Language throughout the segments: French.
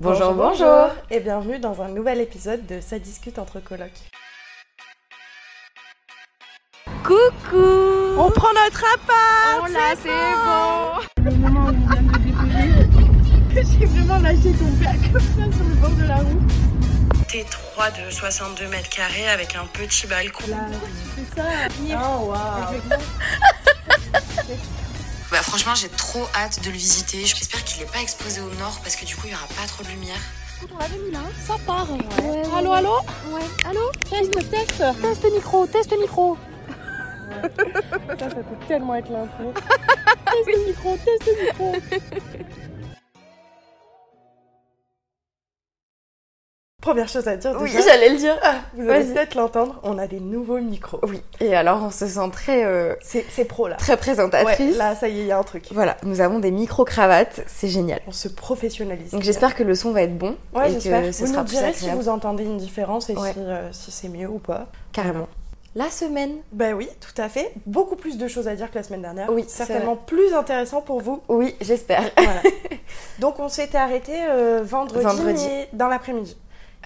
Bonjour, bonjour et bienvenue dans un nouvel épisode de Ça discute entre colocs. Coucou On prend notre appart On l'a, c'est bon J'ai vraiment lâché ton père comme ça sur le bord de la route. T3 de 62 mètres carrés avec un petit balcon. Là, tu fais ça Oh waouh Bah franchement j'ai trop hâte de le visiter. J'espère qu'il n'est pas exposé au nord parce que du coup il n'y aura pas trop de lumière. On l'avait mis là, ça part en vrai. allô, allô Ouais, allô Test, test Test micro, test micro Ça, ça peut tellement être l'info. test micro, test micro Première chose à dire Oui, déjà, j'allais le dire Ah, vous allez vas-y. peut-être l'entendre, on a des nouveaux micros. Oui, et alors on se sent très, euh, C'est c'est pro là. très présentatrice. Ouais, là ça y est, il y a un truc. Voilà, nous avons des micro-cravates, c'est génial. On se professionnalise. Donc j'espère que le son va être bon Ouais, et j'espère. que ce Vous sera nous plus direz si agréable. vous entendez une différence et Ouais. si, euh, si c'est mieux ou pas. Carrément. La semaine Ben oui, tout à fait. Beaucoup plus de choses à dire que la semaine dernière. Oui, c'est certainement plus intéressant pour vous. Oui, j'espère. Voilà. Donc on s'était arrêté euh, vendredi, Vendredi. mais dans l'après-midi.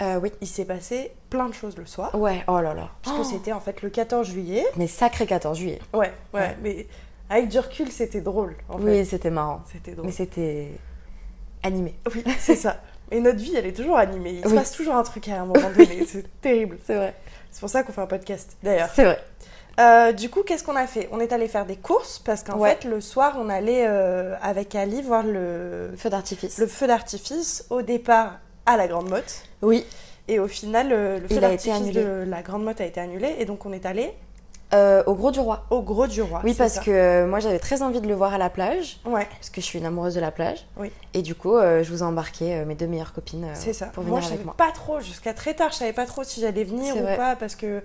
Euh, oui. Il s'est passé plein de choses le soir, Ouais, oh là là. puisque c'était en fait le 14 juillet. Mais sacré 14 juillet. Ouais, ouais, Ouais. mais avec du recul, c'était drôle. En fait. Oui, c'était marrant. c'était Mais drôle. c'était animé. Oui, c'est ça. Et notre vie, elle est toujours animée. Il se Oui. passe toujours un truc à un moment donné. C'est terrible. C'est vrai. C'est pour ça qu'on fait un podcast, d'ailleurs. C'est vrai. Euh, du coup, qu'est-ce qu'on a fait On est allé faire des courses parce qu'en Ouais. fait, le soir, on allait euh, avec Ali voir le, Feu d'artifice. le feu d'artifice au départ à la Grande Motte. Oui. Et au final, euh, le feu Il a été d'artifice annulé. de la Grande Motte a été annulé. Et donc, on est allé Euh, au gros du roi. au Gros du Roi. Oui, c'est parce ça. que euh, moi j'avais très envie de le voir à la plage, Ouais, parce que je suis une amoureuse de la plage. Oui. Et du coup, euh, je vous ai embarqué euh, mes deux meilleures copines euh, c'est ça. pour venir moi, je savais avec moi. pas trop, jusqu'à très tard, je savais pas trop si j'allais venir C'est ou vrai. pas parce que.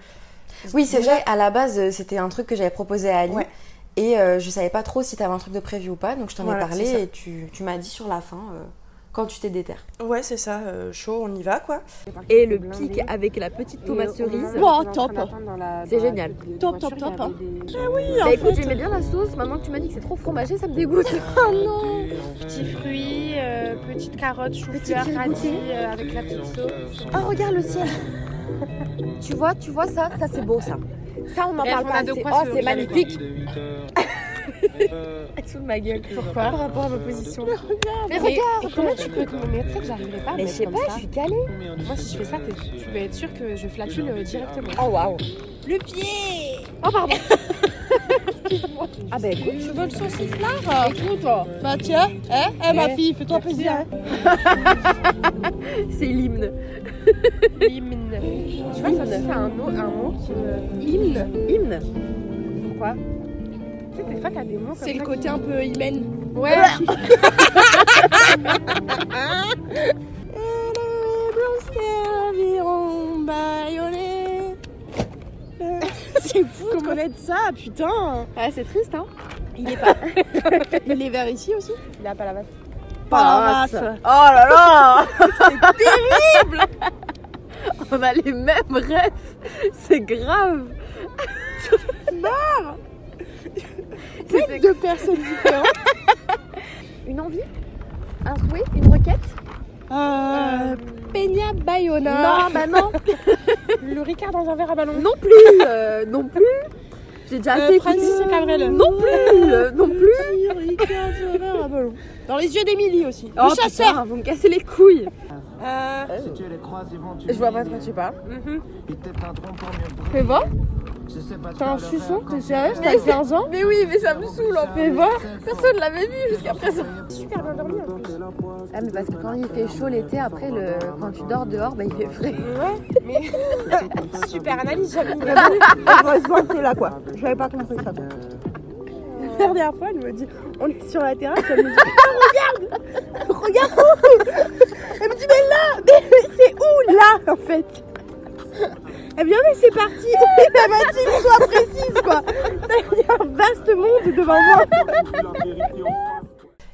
Oui, c'est Déjà, vrai, à la base euh, c'était un truc que j'avais proposé à Ali. Ouais. Et euh, je savais pas trop si t'avais un truc de prévu ou pas, donc je t'en Voilà, ai parlé c'est ça. et tu, tu m'as dit sur la fin, euh, quand tu t'es déterre. Ouais, c'est ça, euh, chaud, on y va quoi. et le pic avec la petite tomate cerise. Wow, top. C'est génial. Top, top, top Ah Bah écoute, j'aimais bien la sauce. Maintenant que tu m'as dit que c'est trop fromagé, ça me dégoûte. Oh non Ah Petits fruits, euh, petites carottes, chou-fleur, Petits radis grillgoûtés. euh, avec la petite sauce. Oh, regarde le ciel Tu vois, tu vois ça Ça, c'est beau, ça. Ça, on n'en Eh, parle on a pas de assez. quoi Oh, se c'est régaler, magnifique Sous de ma gueule. Pourquoi Par rapport à ma position. Mais regarde Mais comment tu peux te montrer que j'arriverai pas à Mais me je mettre sais comme pas, ça je suis calée. Moi, si je fais ça, t'es- tu peux être sûr que je flatule euh, directement. Oh, waouh Le pied Oh, pardon Ah, bah écoute, Tu veux le sauciflard Écoute, bah tiens, hein Eh ma fille, fais-toi plaisir hein. c'est l'hymne. Hymne. Tu vois, ça aussi, c'est un, mot- un mot qui me. Hymne Hymne Pourquoi Tu sais, des fois, t'as des mots comme C'est ça le qui- côté un peu hymen. Ouais Ah. C'est fou de connaître ça, putain Ouais, c'est triste, hein Il est pas... Il est vers ici aussi Il a Ah, pas la base. Ah, Pas la race. Oh là là C'est terrible On a les mêmes rêves C'est grave Plus de personnes différentes Une envie Un souhait Une requête Euh... Peña Bayona Non, bah non Le Ricard dans un verre à ballon. Non plus, euh, non plus. J'ai déjà Euh, assez Francis écouté. Cabrel. Non plus, euh, non plus. Dans les yeux d'Emilie aussi Oh, Le chasseur putain, vous me cassez les couilles. Euh... Si tu les croises, Mhm. ils vont Je vois pas de quoi tu parles. Ils te peindront pour mieux briller. Fais voir. Je sais pas T'as un trop suçon, leur t'es raconter. sérieuse T'as 15 ans Mais oui, mais ça me saoule en Fais fait. voir. Personne l'avait vu jusqu'à présent. Super bien dormi en plus. Ah mais parce que quand il fait chaud l'été, après le quand tu dors dehors, bah il fait frais. Ouais, mais super analyse, j'avais une Heureusement que t'es là quoi J'avais pas compris ça La dernière fois elle me dit On est sur la terrasse Elle me dit Ah, Regarde Regarde où Elle me dit Mais là Mais c'est où là en fait Elle me dit Ah, mais c'est parti Elle m'a dit Mais sois précise quoi Il y a un vaste monde devant moi bah.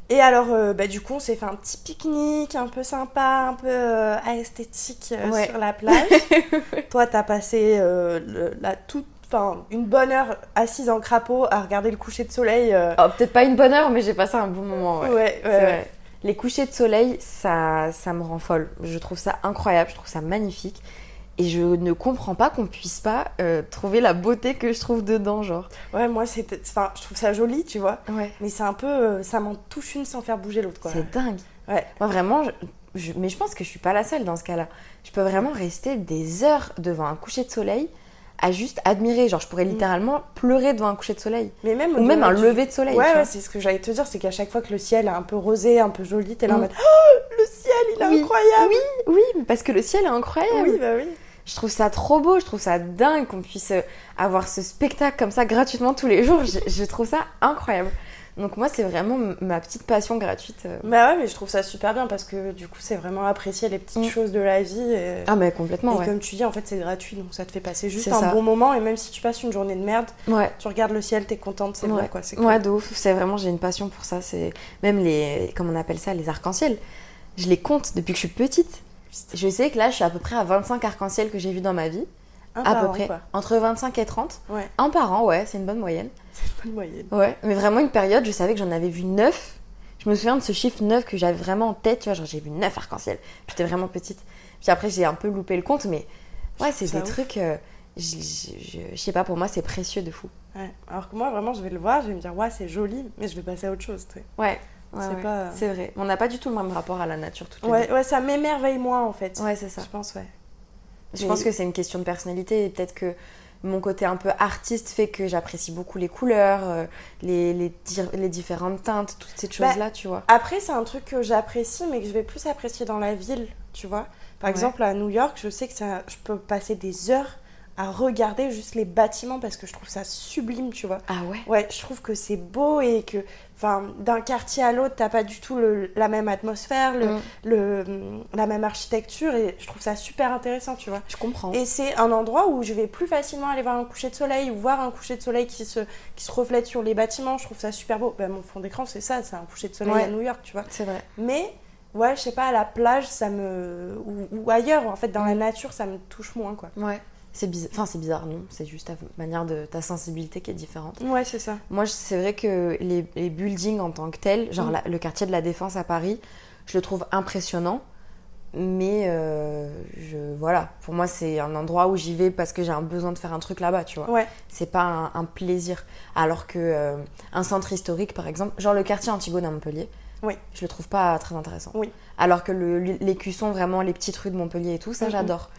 Et alors, euh, bah, du coup, on s'est fait un petit pique-nique un peu sympa, un peu euh, esthétique euh, Ouais. sur la plage. Toi, t'as passé euh, le- la toute, enfin, une bonne heure assise en crapaud à regarder le coucher de soleil. euh, Oh, peut-être pas une bonne heure, mais j'ai passé un bon moment, ouais. ouais, ouais, C'est ouais. vrai. Les couchers de soleil, ça, ça me rend folle. Je trouve ça incroyable, je trouve ça magnifique. Et je ne comprends pas qu'on puisse pas euh, trouver la beauté que je trouve dedans, genre. Ouais, moi, c'est, enfin, je trouve ça joli, tu vois. Ouais. Mais c'est un peu. euh, Ça m'en touche une sans faire bouger l'autre, quoi. C'est dingue. Ouais. Moi vraiment, je- je- mais je pense que je suis pas la seule dans ce cas-là. Je peux vraiment rester des heures devant un coucher de soleil à juste admirer. Genre, je pourrais littéralement pleurer devant un coucher de soleil. Mais même. Ou même un du- lever de soleil. tu Ouais, vois. ouais, c'est ce que j'allais te dire, c'est qu'à chaque fois que le ciel est un peu rosé, un peu joli, t'es là en Mm. mode Oh, le ciel, il est Oui. incroyable Oui, mais parce que le ciel est incroyable. Oui, bah oui. Je trouve ça trop beau, je trouve ça dingue qu'on puisse euh, avoir ce spectacle comme ça gratuitement tous les jours. je, je trouve ça incroyable. Donc moi, c'est vraiment m- ma petite passion gratuite. euh. Bah ouais, mais je trouve ça super bien parce que du coup, c'est vraiment apprécier les petites Mm. choses de la vie. Et, Ah mais et complètement, ouais. comme tu dis, en fait, c'est gratuit, donc ça te fait passer juste C'est un ça. bon moment. Et même si tu passes une journée de merde, Ouais. tu regardes le ciel, t'es contente, c'est bien, quoi. c'est Ouais, cool. de ouf. C'est vraiment, j'ai une passion pour ça. C'est même les, comment on appelle ça, les arcs-en-ciel. Je les compte depuis que je suis petite. Je sais que là, je suis à peu près à 25 arcs-en-ciel que j'ai vu dans ma vie, Un à par peu an, près, quoi. entre 25 et 30. Ouais. Un par an, ouais, c'est une bonne moyenne. Pas de moyenne. Ouais. Mais vraiment une période, je savais que j'en avais vu 9. Je me souviens de ce chiffre 9 que j'avais vraiment en tête, tu vois, genre j'ai vu 9 arcs-en-ciel. J'étais vraiment petite. Puis après, j'ai un peu loupé le compte, mais ouais, c'est ça des ouf. trucs, euh, je- je je- je sais pas, pour moi, c'est précieux de fou. Ouais. Alors que moi, vraiment, je vais le voir, je vais me dire, ouais, c'est joli, mais je vais passer à autre chose. tu sais. Ouais, ouais, C'est ouais. pas- c'est vrai. On n'a pas du tout le même rapport à la nature toutes les Ouais, ouais, ça m'émerveille moins, en fait. deux. Ouais, c'est ça. Je pense, ouais. Je Mais- pense que c'est une question de personnalité et peut-être que mon côté un peu artiste fait que j'apprécie beaucoup les couleurs, euh, les, les, dir- les différentes teintes, toutes ces Bah, choses-là, tu vois. Après, c'est un truc que j'apprécie, mais que je vais plus apprécier dans la ville, tu vois. Par Ouais. exemple, à New York, je sais que ça, je peux passer des heures à regarder juste les bâtiments parce que je trouve ça sublime, tu vois. Ah ouais Ouais, je trouve que c'est beau et que, enfin, d'un quartier à l'autre, t'as pas du tout le- la même atmosphère, le, Mm. le- la même architecture et je trouve ça super intéressant, tu vois. Je comprends. Et c'est un endroit où je vais plus facilement aller voir un coucher de soleil ou voir un coucher de soleil qui se, qui se reflète sur les bâtiments. Je trouve ça super beau. Ben, mon fond d'écran, c'est ça, c'est un coucher de soleil Ouais. à New York, tu vois. C'est vrai. Mais ouais, je sais pas, à la plage, ça me. ou, ou ailleurs, en fait, dans la nature, ça me touche moins, quoi. Ouais. C'est bizarre. Enfin, c'est bizarre, non. C'est juste ta manière de ta sensibilité qui est différente. Ouais, c'est ça. Moi, je- c'est vrai que les, les buildings en tant que tels, genre la- le quartier de la Défense à Paris, je le trouve impressionnant. Mais euh, je, voilà, pour moi, c'est un endroit où j'y vais parce que j'ai un besoin de faire un truc là-bas, tu vois. Ouais. C'est pas un, un plaisir. Alors que euh, un centre historique, par exemple, genre le quartier Antigone à Montpellier, Oui. je le trouve pas très intéressant. Oui. Alors que le, l'écusson, vraiment, les petites rues de Montpellier et tout, ça, Mhm. j'adore.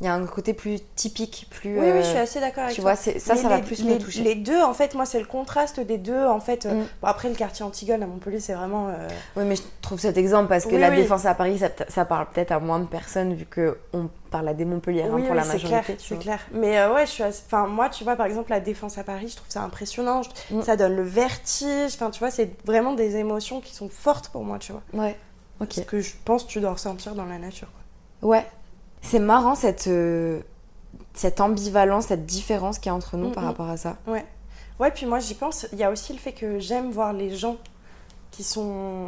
Il y a un côté plus typique, plus. Oui, oui, euh, je suis assez d'accord avec tu toi. vois, c'est- ça, Mais ça va les- plus les- me toucher. Les deux, en fait, moi, c'est le contraste des deux. En fait, euh, Mm. bon, après, le quartier Antigone à Montpellier, c'est vraiment. euh, Oui, mais je trouve cet exemple parce que Oui, la oui. défense à Paris, ça, ça parle peut-être à moins de personnes vu que on parle à des Montpellier hein, Oui, pour oui, la c'est majorité. clair, tu c'est vois. clair. Mais euh, ouais, je suis assez- enfin, moi, tu vois, par exemple, la défense à Paris, je trouve ça impressionnant. Je- Mm. Ça donne le vertige. Enfin, tu vois, c'est vraiment des émotions qui sont fortes pour moi, tu vois. Ouais. Ok. Ce que je pense que tu dois ressentir dans la nature. quoi. Ouais. C'est marrant cette euh, cette ambivalence, cette différence qu'il y a entre nous Mm, par mm. rapport à ça. Ouais, puis moi, j'y pense. Il y a aussi le fait que j'aime voir les gens qui sont.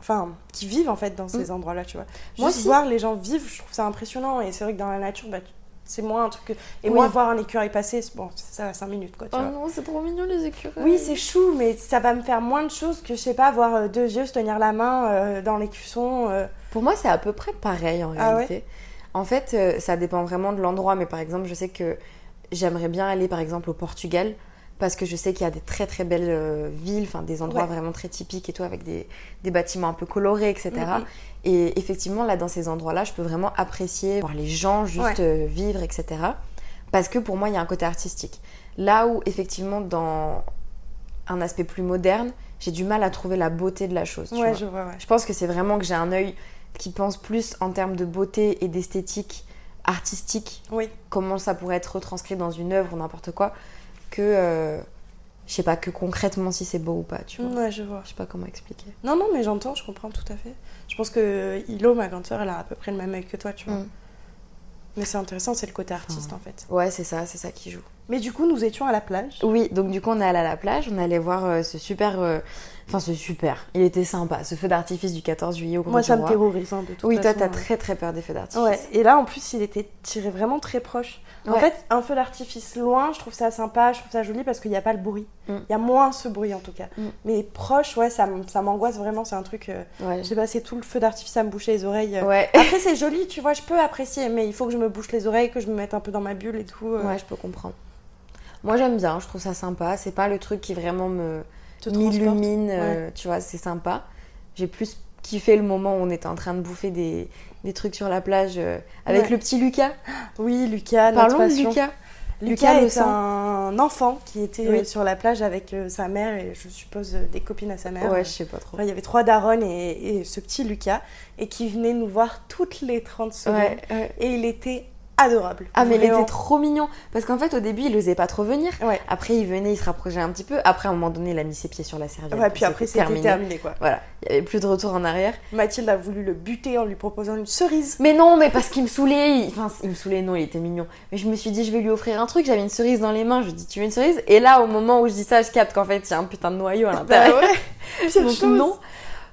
Enfin, qui vivent en fait dans ces endroits-là, tu vois. Moi Mm. Juste aussi. voir les gens vivre, je trouve ça impressionnant. Et c'est vrai que dans la nature, bah, tu- c'est moins un truc que. Et Oui. moi, voir un écureuil passer, c'est- bon, ça va 5 minutes, quoi, tu vois. Oh non, c'est trop mignon les écureuils. Oui, c'est chou, mais ça va me faire moins de choses que, je sais pas, voir euh, deux yeux se tenir la main euh, dans l'écusson. euh. Pour moi, c'est à peu près pareil en Ah ouais réalité. en fait, euh, ça dépend vraiment de l'endroit, mais par exemple, je sais que j'aimerais bien aller par exemple au Portugal parce que je sais qu'il y a des très très belles euh, villes, enfin des endroits Ouais. vraiment très typiques et tout avec des, des bâtiments un peu colorés, etc. Mhm. Et effectivement, là dans ces endroits-là, je peux vraiment apprécier voir les gens juste Ouais. euh, vivre, etc. Parce que pour moi, il y a un côté artistique. Là où effectivement dans un aspect plus moderne, j'ai du mal à trouver la beauté de la chose. tu vois. Ouais, je vois, ouais. Je pense que c'est vraiment que j'ai un œil qui pense plus en termes de beauté et d'esthétique artistique, Oui. comment ça pourrait être retranscrit dans une œuvre ou n'importe quoi, que euh, je sais pas que concrètement si c'est beau ou pas, tu vois. Ouais, je vois. Je sais pas comment expliquer. Non, non, mais j'entends, je comprends tout à fait. Je pense que euh, Ilo, ma grande sœur, elle a à peu près le même œil que toi, tu vois. Mm. Mais c'est intéressant, c'est le côté artiste en fait. Ouais, c'est ça, c'est ça qui joue. Mais du coup, nous étions à la plage. Oui, donc du coup on est allé à la plage, on allait voir euh, ce super euh, Enfin, c'est super. Il était sympa, ce feu d'artifice du 14 juillet au Grand Moi, ça me Tiroir. terrorise hein, de toute Oui, toi, façon. t'as très très peur des feux d'artifice. Ouais, et là en plus il était tiré vraiment très proche. En Ouais. fait, un feu d'artifice loin, je trouve ça sympa, je trouve ça joli parce qu'il n'y a pas le bruit. Il Mm. y a moins ce bruit en tout cas. Mm. Mais proche, ouais, ça, m- ça m'angoisse vraiment, c'est un truc. euh, Ouais. J'ai passé tout le feu d'artifice à me boucher les oreilles. euh. Ouais. Après c'est joli, tu vois, je peux apprécier, mais il faut que je me bouche les oreilles, que je me mette un peu dans ma bulle et tout. euh, Ouais, je peux comprendre. Moi, j'aime bien, je trouve ça sympa. C'est pas le truc qui vraiment me te transporte. m'illumine, euh, tu vois, c'est sympa. J'ai plus kiffé le moment où on était en train de bouffer des, des trucs sur la plage euh, avec Ouais. le petit Lucas. Oui, Lucas, notre Parlons de passion. Lucas. Lucas, Lucas le est sang. un enfant qui était Oui. euh, sur la plage avec euh, sa mère et je suppose euh, des copines à sa mère. Ouais, je sais pas trop. Enfin, il y avait trois darons et, et ce petit Lucas, et qui venait nous voir toutes les 30 secondes. Ouais, ouais. Et il était adorable. Ah, mais il Vraiment. était trop mignon. Parce qu'en fait, au début, il osait pas trop venir. Ouais. Après, il venait, il se rapprochait un petit peu. Après, à un moment donné, il a mis ses pieds sur la serviette. Ouais, puis après, c'était terminé. quoi. Voilà, il y avait plus de retour en arrière. Mathilde a voulu le buter en lui proposant une cerise. Mais non, mais parce qu'il me saoulait. il- Enfin, il me saoulait, non, il était mignon. Mais je me suis dit, je vais lui offrir un truc. J'avais une cerise dans les mains. Je lui dis, tu veux une cerise Et là, au moment où je dis ça, je capte qu'en fait, il y a un putain de noyau à l'intérieur. Bah ouais, pire Donc, chose. non.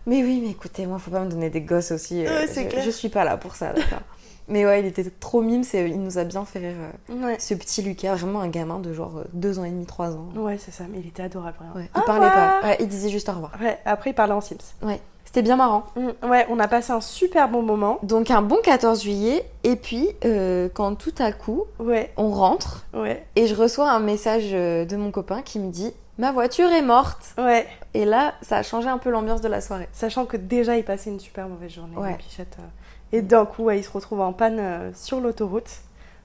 Mais oui, mais écoutez, moi, faut pas me donner des gosses aussi. euh, Ouais, c'est je, clair. je suis pas là pour ça, d'accord. mais ouais, il était trop mime. c'est- Il nous a bien fait rire. euh, Ouais, Ce petit Lucas, vraiment un gamin de genre 2 ans et demi, 3 ans. ouais c'est ça, mais il était adorable. vraiment. Ouais, Au il parlait revoir. pas. Ouais, il disait juste au revoir. Ouais, après, il parlait en Sims. Ouais. C'était bien marrant. Mm, Ouais, on a passé un super bon moment. Donc un bon 14 juillet, et puis euh, quand tout à coup, Ouais, on rentre, ouais, et je reçois un message euh, de mon copain qui me dit « Ma voiture est morte ouais. !» Et là, ça a changé un peu l'ambiance de la soirée. Sachant que déjà, il passait une super mauvaise journée, Ouais. la Pichette. euh, Et d'un coup, ouais, il se retrouve en panne euh, sur l'autoroute.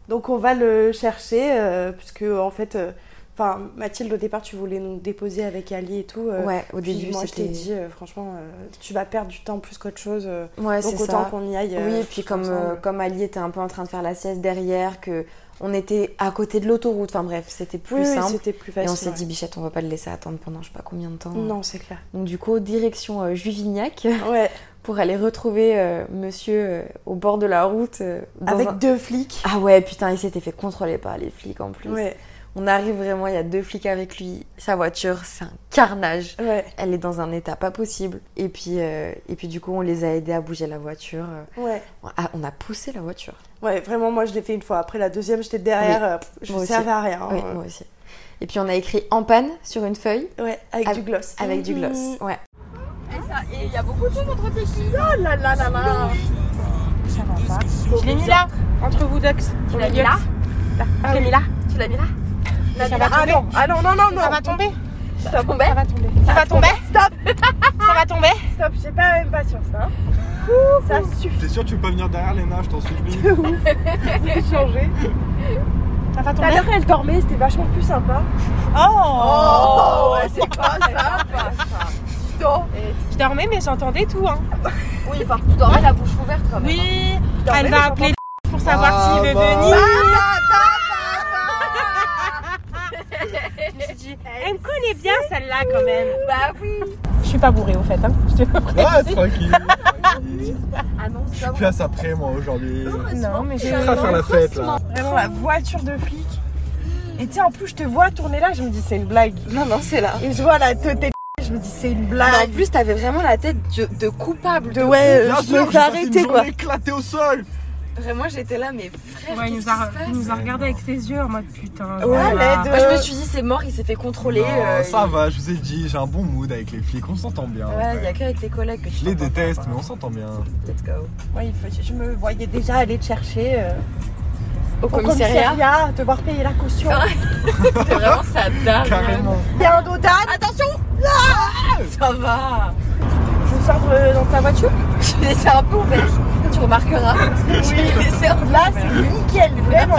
Donc, on va le chercher, euh, puisque en fait, euh, enfin, Mathilde, au départ, tu voulais nous déposer avec Ali et tout. euh, ouais, au puis début, moi, je t'ai c'était... dit, euh, franchement, euh, tu vas perdre du temps plus qu'autre chose. euh, Ouais, donc, c'est autant ça. qu'on y aille. Oui, euh, et puis tous comme, euh, ensemble. comme Ali était un peu en train de faire la sieste derrière, que on était à côté de l'autoroute, enfin bref, c'était plus Oui, oui, simple. c'était plus Et facile. on s'est ouais. dit « Bichette, on va pas le laisser attendre pendant je sais pas combien de temps. » Non, c'est clair. Donc du coup, direction euh, Juvignac Ouais, pour aller retrouver euh, monsieur euh, au bord de la route. euh, dans avec un- deux flics. Ah ouais, putain, il s'était fait contrôler par les flics en plus. Ouais, On arrive vraiment, il y a deux flics avec lui. Sa voiture, c'est un carnage. ouais, Elle est dans un état pas possible. Et puis, euh, et puis du coup, on les a aidés à bouger la voiture. Euh, ouais. on a- on a poussé la voiture. Ouais, vraiment, moi, je l'ai fait une fois. Après, la deuxième, j'étais derrière. euh, pff, je moi ne aussi. servais à rien. oui, euh, moi aussi. Et puis on a écrit en panne sur une feuille Ouais, avec Av- du gloss. avec du gloss. Ouais. Je l'ai mis là. Entre vous deux. Tu l'as mis là Je l'ai mis là. Tu l'as mis là ça va tomber. Ah non, non, non, non. Ça va tomber. Ça va tomber. Ça va tomber. Ça va tomber. Stop. Ça va tomber. Stop, j'ai pas la même patience. Hein. Ça suffit. T'es sûr que tu veux pas venir derrière Léna, je t'en supplie changer. Ça va tomber. elle dormait, c'était vachement plus sympa. Oh. c'est quoi ça Je dormais, mais j'entendais tout. Hein. Oui, enfin, tu dormais la bouche ouverte quand même. Oui. Elle va appeler pour savoir Ah, s'il Ah, veut bah. bah. venir. Je me suis dit, Elle me connaît bien celle-là quand même. Bah oui. Je suis pas bourrée au fait. Hein. Je te le précise. bah, Ah, tranquille tranquille. Ah non, c'est Je suis pas plus à ça près, moi, aujourd'hui. Non, mais j'ai Je vais faire la fête, là. vraiment la voiture de flic. Et tu sais, en plus, je te vois tourner là, je me dis, c'est une blague. Non, non, c'est là. Et je vois la tête de je me dis, c'est une blague. plus, t'avais vraiment la tête de, de coupable. De Bien ouais, euh, sûr, je j'ai me fais passé une arrêter quoi. journée éclatée au sol Vraiment, j'étais là, mais. Ouais, il nous, a, il nous a regardé avec ses yeux en mode putain. Ouais, voilà. l'aide. Moi, je me suis dit, c'est mort, il s'est fait contrôler. Non, euh, ça va, je vous ai dit, j'ai un bon mood avec les flics, on s'entend bien. en Ouais, Ah, vrai. il y a que avec tes collègues que tu Je les t'entends pas, déteste, quoi. mais on s'entend bien. Let's go. Ouais, il faut- je me voyais déjà aller te chercher euh, Au au commissariat, commissariat, devoir payer la caution. c'était vraiment ça dalle. Carrément. Il y a un dodan. Attention, Ça va. je vous sors euh, dans ta voiture. Je l'ai laissé un peu ouvert. Tu remarqueras. Oui, je l'ai laissé un peu Là, c'est nickel, vraiment.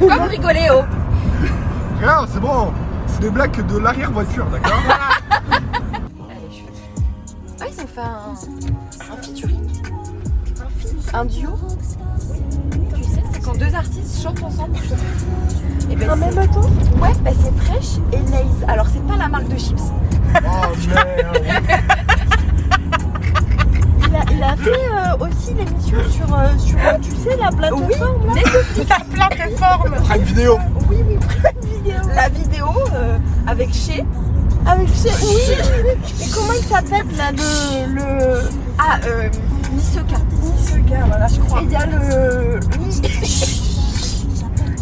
Comme rigoler au. Regarde, c'est bon. C'est des blagues de l'arrière-voiture, d'accord Ah, ils ont fait un, un featuring. Un, feat- un duo. Tu sais, c'est quand deux artistes chantent ensemble. Et ben, En c'est- même temps, Ouais, bah c'est fraîche et Lays. Alors c'est pas la marque de chips. Oh merde il a, il a fait euh, aussi l'émission sur, euh, sur, euh, tu sais, la plateforme. là. la plateforme. Prime vidéo Oui, oui, prends une vidéo. La vidéo avec Chez Avec Cher- Oui Et comment il s'appelle là le. le... Ah, euh. Nisoka. Nisoka, voilà, je crois. Et il y a le.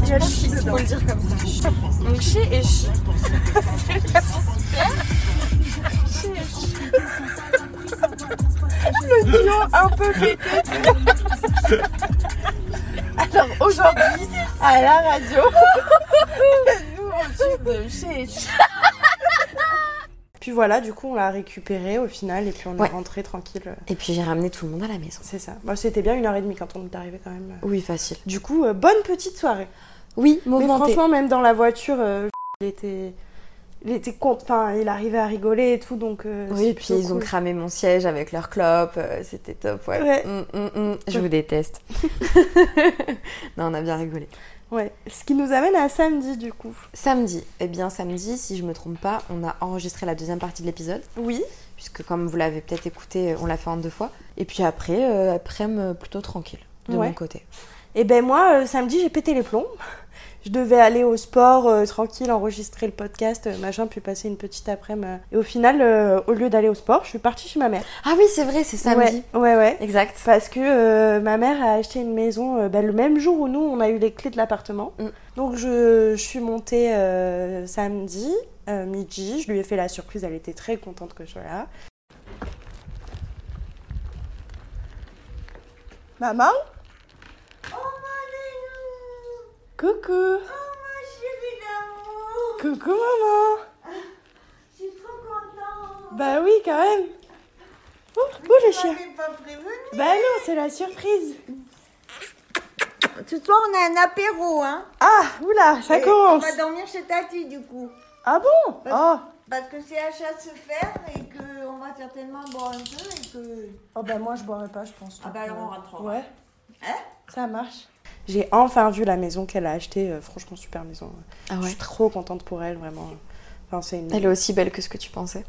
Il y a le chi dedans. Faut le dire comme ça. Donc chi et chi. C'est pas si super. Chi et chi. Le duo un peu pété. Alors aujourd'hui, à la radio, nous on tue de chi et chi. Puis voilà, du coup, on l'a récupéré au final et puis on Ouais. est rentré tranquille. euh, Et puis j'ai ramené tout le monde à la maison. C'est ça. Bah, C'était bien une heure et demie quand on est arrivé quand même. Oui, facile. Du coup, euh, bonne petite soirée. Oui, Mais mouvementé. franchement, même dans la voiture, euh, il était, il était content. Enfin, il arrivait à rigoler et tout, donc. euh, Oui, c'est et puis plutôt ils ont cool. cramé mon siège avec leur clope, euh, c'était top, ouais. Ouais. Mm, mm, mm, je vous déteste. non, on a bien rigolé. Ouais. Ce qui nous amène à samedi, du coup. Samedi, eh bien samedi, si je me trompe pas, on a enregistré la deuxième partie de l'épisode, Oui. puisque comme vous l'avez peut-être écouté, euh, on l'a fait en deux fois. Et puis après, euh, après-midi plutôt tranquille, de Ouais. mon côté. Et ben moi, euh, samedi, j'ai pété les plombs. Je devais aller au sport euh, tranquille, enregistrer le podcast, euh, machin, puis passer une petite après-midi. Et au final, euh, au lieu d'aller au sport, je suis partie chez ma mère. Ah oui, c'est vrai, c'est samedi. Ouais, ouais, ouais. Exact. Parce que euh, ma mère a acheté une maison euh, bah, le même jour où nous, on a eu les clés de l'appartement. Mm. Donc je, je suis montée euh, samedi, euh, midi. Je lui ai fait la surprise, elle était très contente que je sois là. Maman Coucou Oh ma chérie d'amour Coucou maman Je suis trop contente Bah oui, quand même Oh, oh les Je chiens t'avais pas prévenu Bah non, c'est la surprise Ce soir, on a un apéro, hein Ah, oula, ça Et commence On va dormir chez Tati, du coup. Ah bon Oh, Parce que c'est à chasse faire et qu'on va certainement boire un peu et que... oh bah moi je boirai pas, je pense. ben, Ah bah alors, on rentre. Ouais. Hein Ça marche. J'ai enfin vu la maison qu'elle a achetée. euh, franchement, super maison. Ah Je ouais. suis trop contente pour elle, vraiment. Enfin, c'est une- Elle est aussi belle que ce que tu pensais.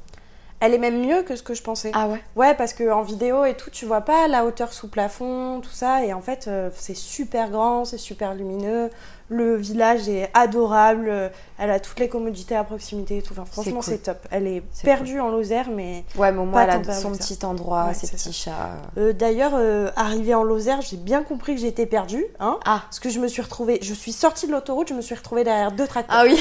Elle est même mieux que ce que je pensais. Ah ouais. Ouais, parce que en vidéo et tout, tu vois pas la hauteur sous plafond, tout ça. Et en fait, euh, c'est super grand, c'est super lumineux. Le village est adorable. euh, Elle a toutes les commodités à proximité et tout. Enfin, franchement, cool. c'est top. Elle est, C'est perdue en Lozère, mais Ouais, mais au Pas moins elle tant a perdu son que ça. petit endroit, Ouais, ses c'est petits chats. euh. Euh, D'ailleurs, euh, arrivée en Lozère, j'ai bien compris que j'étais perdue, hein. Ah. Parce que je me suis retrouvée, je suis sortie de l'autoroute, je me suis retrouvée derrière deux tracteurs. Ah oui.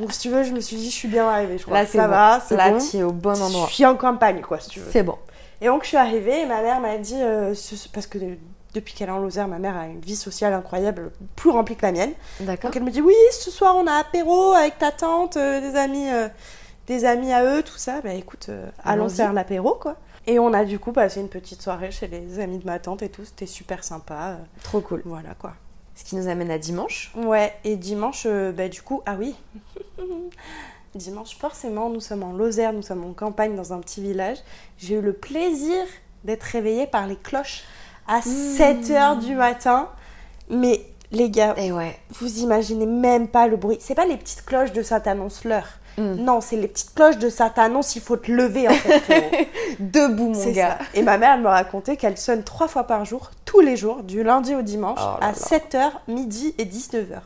Donc si tu veux, je me suis dit, je suis bien arrivée, je crois. Là, c'est ça bon. va, c'est Là, bon. tu es au bon endroit. Je suis en campagne, quoi, si tu veux. C'est bon. Et donc je suis arrivée et ma mère m'a dit, euh, ce- ce- parce que de- depuis qu'elle est en Lozère, ma mère a une vie sociale incroyable, plus remplie que la mienne. D'accord. Donc elle me dit oui, ce soir on a apéro avec ta tante, euh, des amis, euh, des amis à eux, tout ça. Bah écoute, euh, allons Allons-y. faire l'apéro quoi. Et on a du coup passé une petite soirée chez les amis de ma tante et tout, c'était super sympa, euh, Trop cool. voilà quoi. Ce qui nous amène à dimanche. Ouais. Et dimanche, euh, bah du coup, ah oui. dimanche forcément, nous sommes en Lozère, nous sommes en campagne dans un petit village. J'ai eu le plaisir d'être réveillée par les cloches à Mmh. 7h du matin. Mais les gars, Et Eh ouais. vous imaginez même pas le bruit. C'est pas les petites cloches de ça t'annonce l'heure. Mm. Non, c'est les petites cloches de ça t'annonce il faut te lever en fait. frérot. Debout, mon c'est gars. ça. Et ma mère elle me racontait qu'elle sonne trois fois par jour, tous les jours, du lundi au dimanche, Oh là à là. 7h, midi et 19h.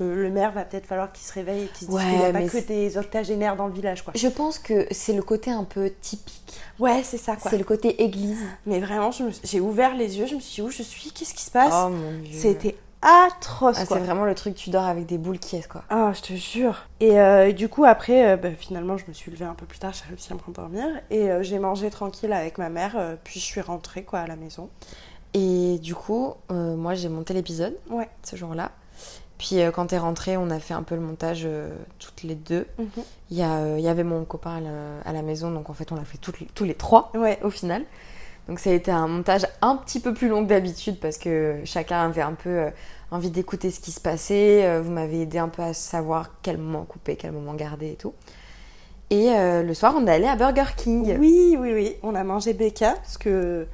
Euh, le maire va peut-être falloir qu'il se réveille et qu'il se dise Ouais, qu'il n'y a pas mais que c'est- des octogénaires dans le village quoi. Je pense que c'est le côté un peu typique. Ouais, c'est ça quoi. C'est le côté église. Mais vraiment, je me suis- j'ai ouvert les yeux, je me suis dit où je suis, qu'est-ce qui se passe Oh mon dieu. C'était atroce Ah, quoi. c'est vraiment le truc, tu dors avec des boules qui est quoi. Ah, je te jure. Et euh, du coup, après, euh, bah, finalement, je me suis levée un peu plus tard, j'ai réussi à me rendormir. Et euh, j'ai mangé tranquille avec ma mère, euh, puis je suis rentrée quoi, à la maison. Et du coup, euh, moi j'ai monté l'épisode Ouais. ce jour-là. Puis euh, quand t'es rentrée, on a fait un peu le montage euh, toutes les deux. Mhm. Il y, a, euh, il y avait mon copain à la, à la maison, donc en fait on l'a fait toutes les- tous les trois Ouais. au final. Donc ça a été un montage un petit peu plus long que d'habitude parce que chacun avait un peu euh, envie d'écouter ce qui se passait. Euh, Vous m'avez aidé un peu à savoir quel moment couper, quel moment garder et tout. Et euh, le soir, on est allé à Burger King. Oui, oui, oui. On a mangé Becca, parce que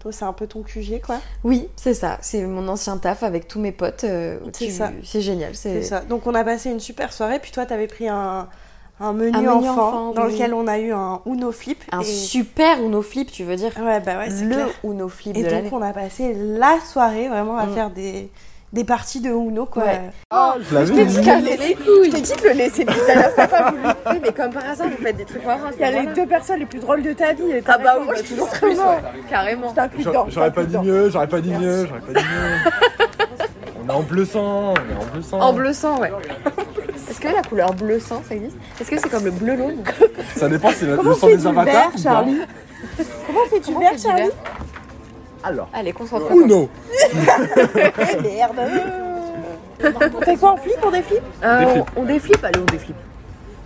toi, c'est un peu ton QG, quoi. Oui, c'est ça. C'est mon ancien taf avec tous mes potes. euh, C'est tu- ça. C'est génial. C'est C'est ça. Donc, on a passé une super soirée, puis toi, t'avais pris un, un menu, Un menu enfant, enfant, dans oui. lequel on a eu un Uno Flip. un et- super Uno Flip, tu veux dire Ouais, bah ouais, c'est Le clair. Uno Flip Et de donc, l'année. on a passé la soirée vraiment à Mm. faire des, des parties de Uno, quoi. Ouais. Je l'avais Je dit. t'ai dit de le laisser- je t'ai dit de le laisser depuis tout à l'heure, t'as pas voulu. Oui, mais comme par hasard, vous faites des trucs marrants. Il y a les deux personnes les plus drôles de ta vie. Ah bah oui, toujours plus, ouais. carrément. Je t'inclus dedans. J'aurais- J'aurais pas je dit t'inclus mieux, j'aurais pas dit mieux, j'aurais pas dit mieux. On est en bleu sang, on est en bleu sang. En bleu sang, ouais. Est-ce que la couleur bleu sang, ça existe Est-ce que c'est comme le bleu long Ça dépend, c'est le Comment le sang on fait des du avatars. vert, ou pas Charlie Comment fais-tu Comment Ah, vert, c'est du vert Charlie Alors, Allez, concentre-toi. Uno. Eh merde euh. On fait quoi On flippe On déflippe Euh, Des flips. on, on déflippe Allez, on déflippe.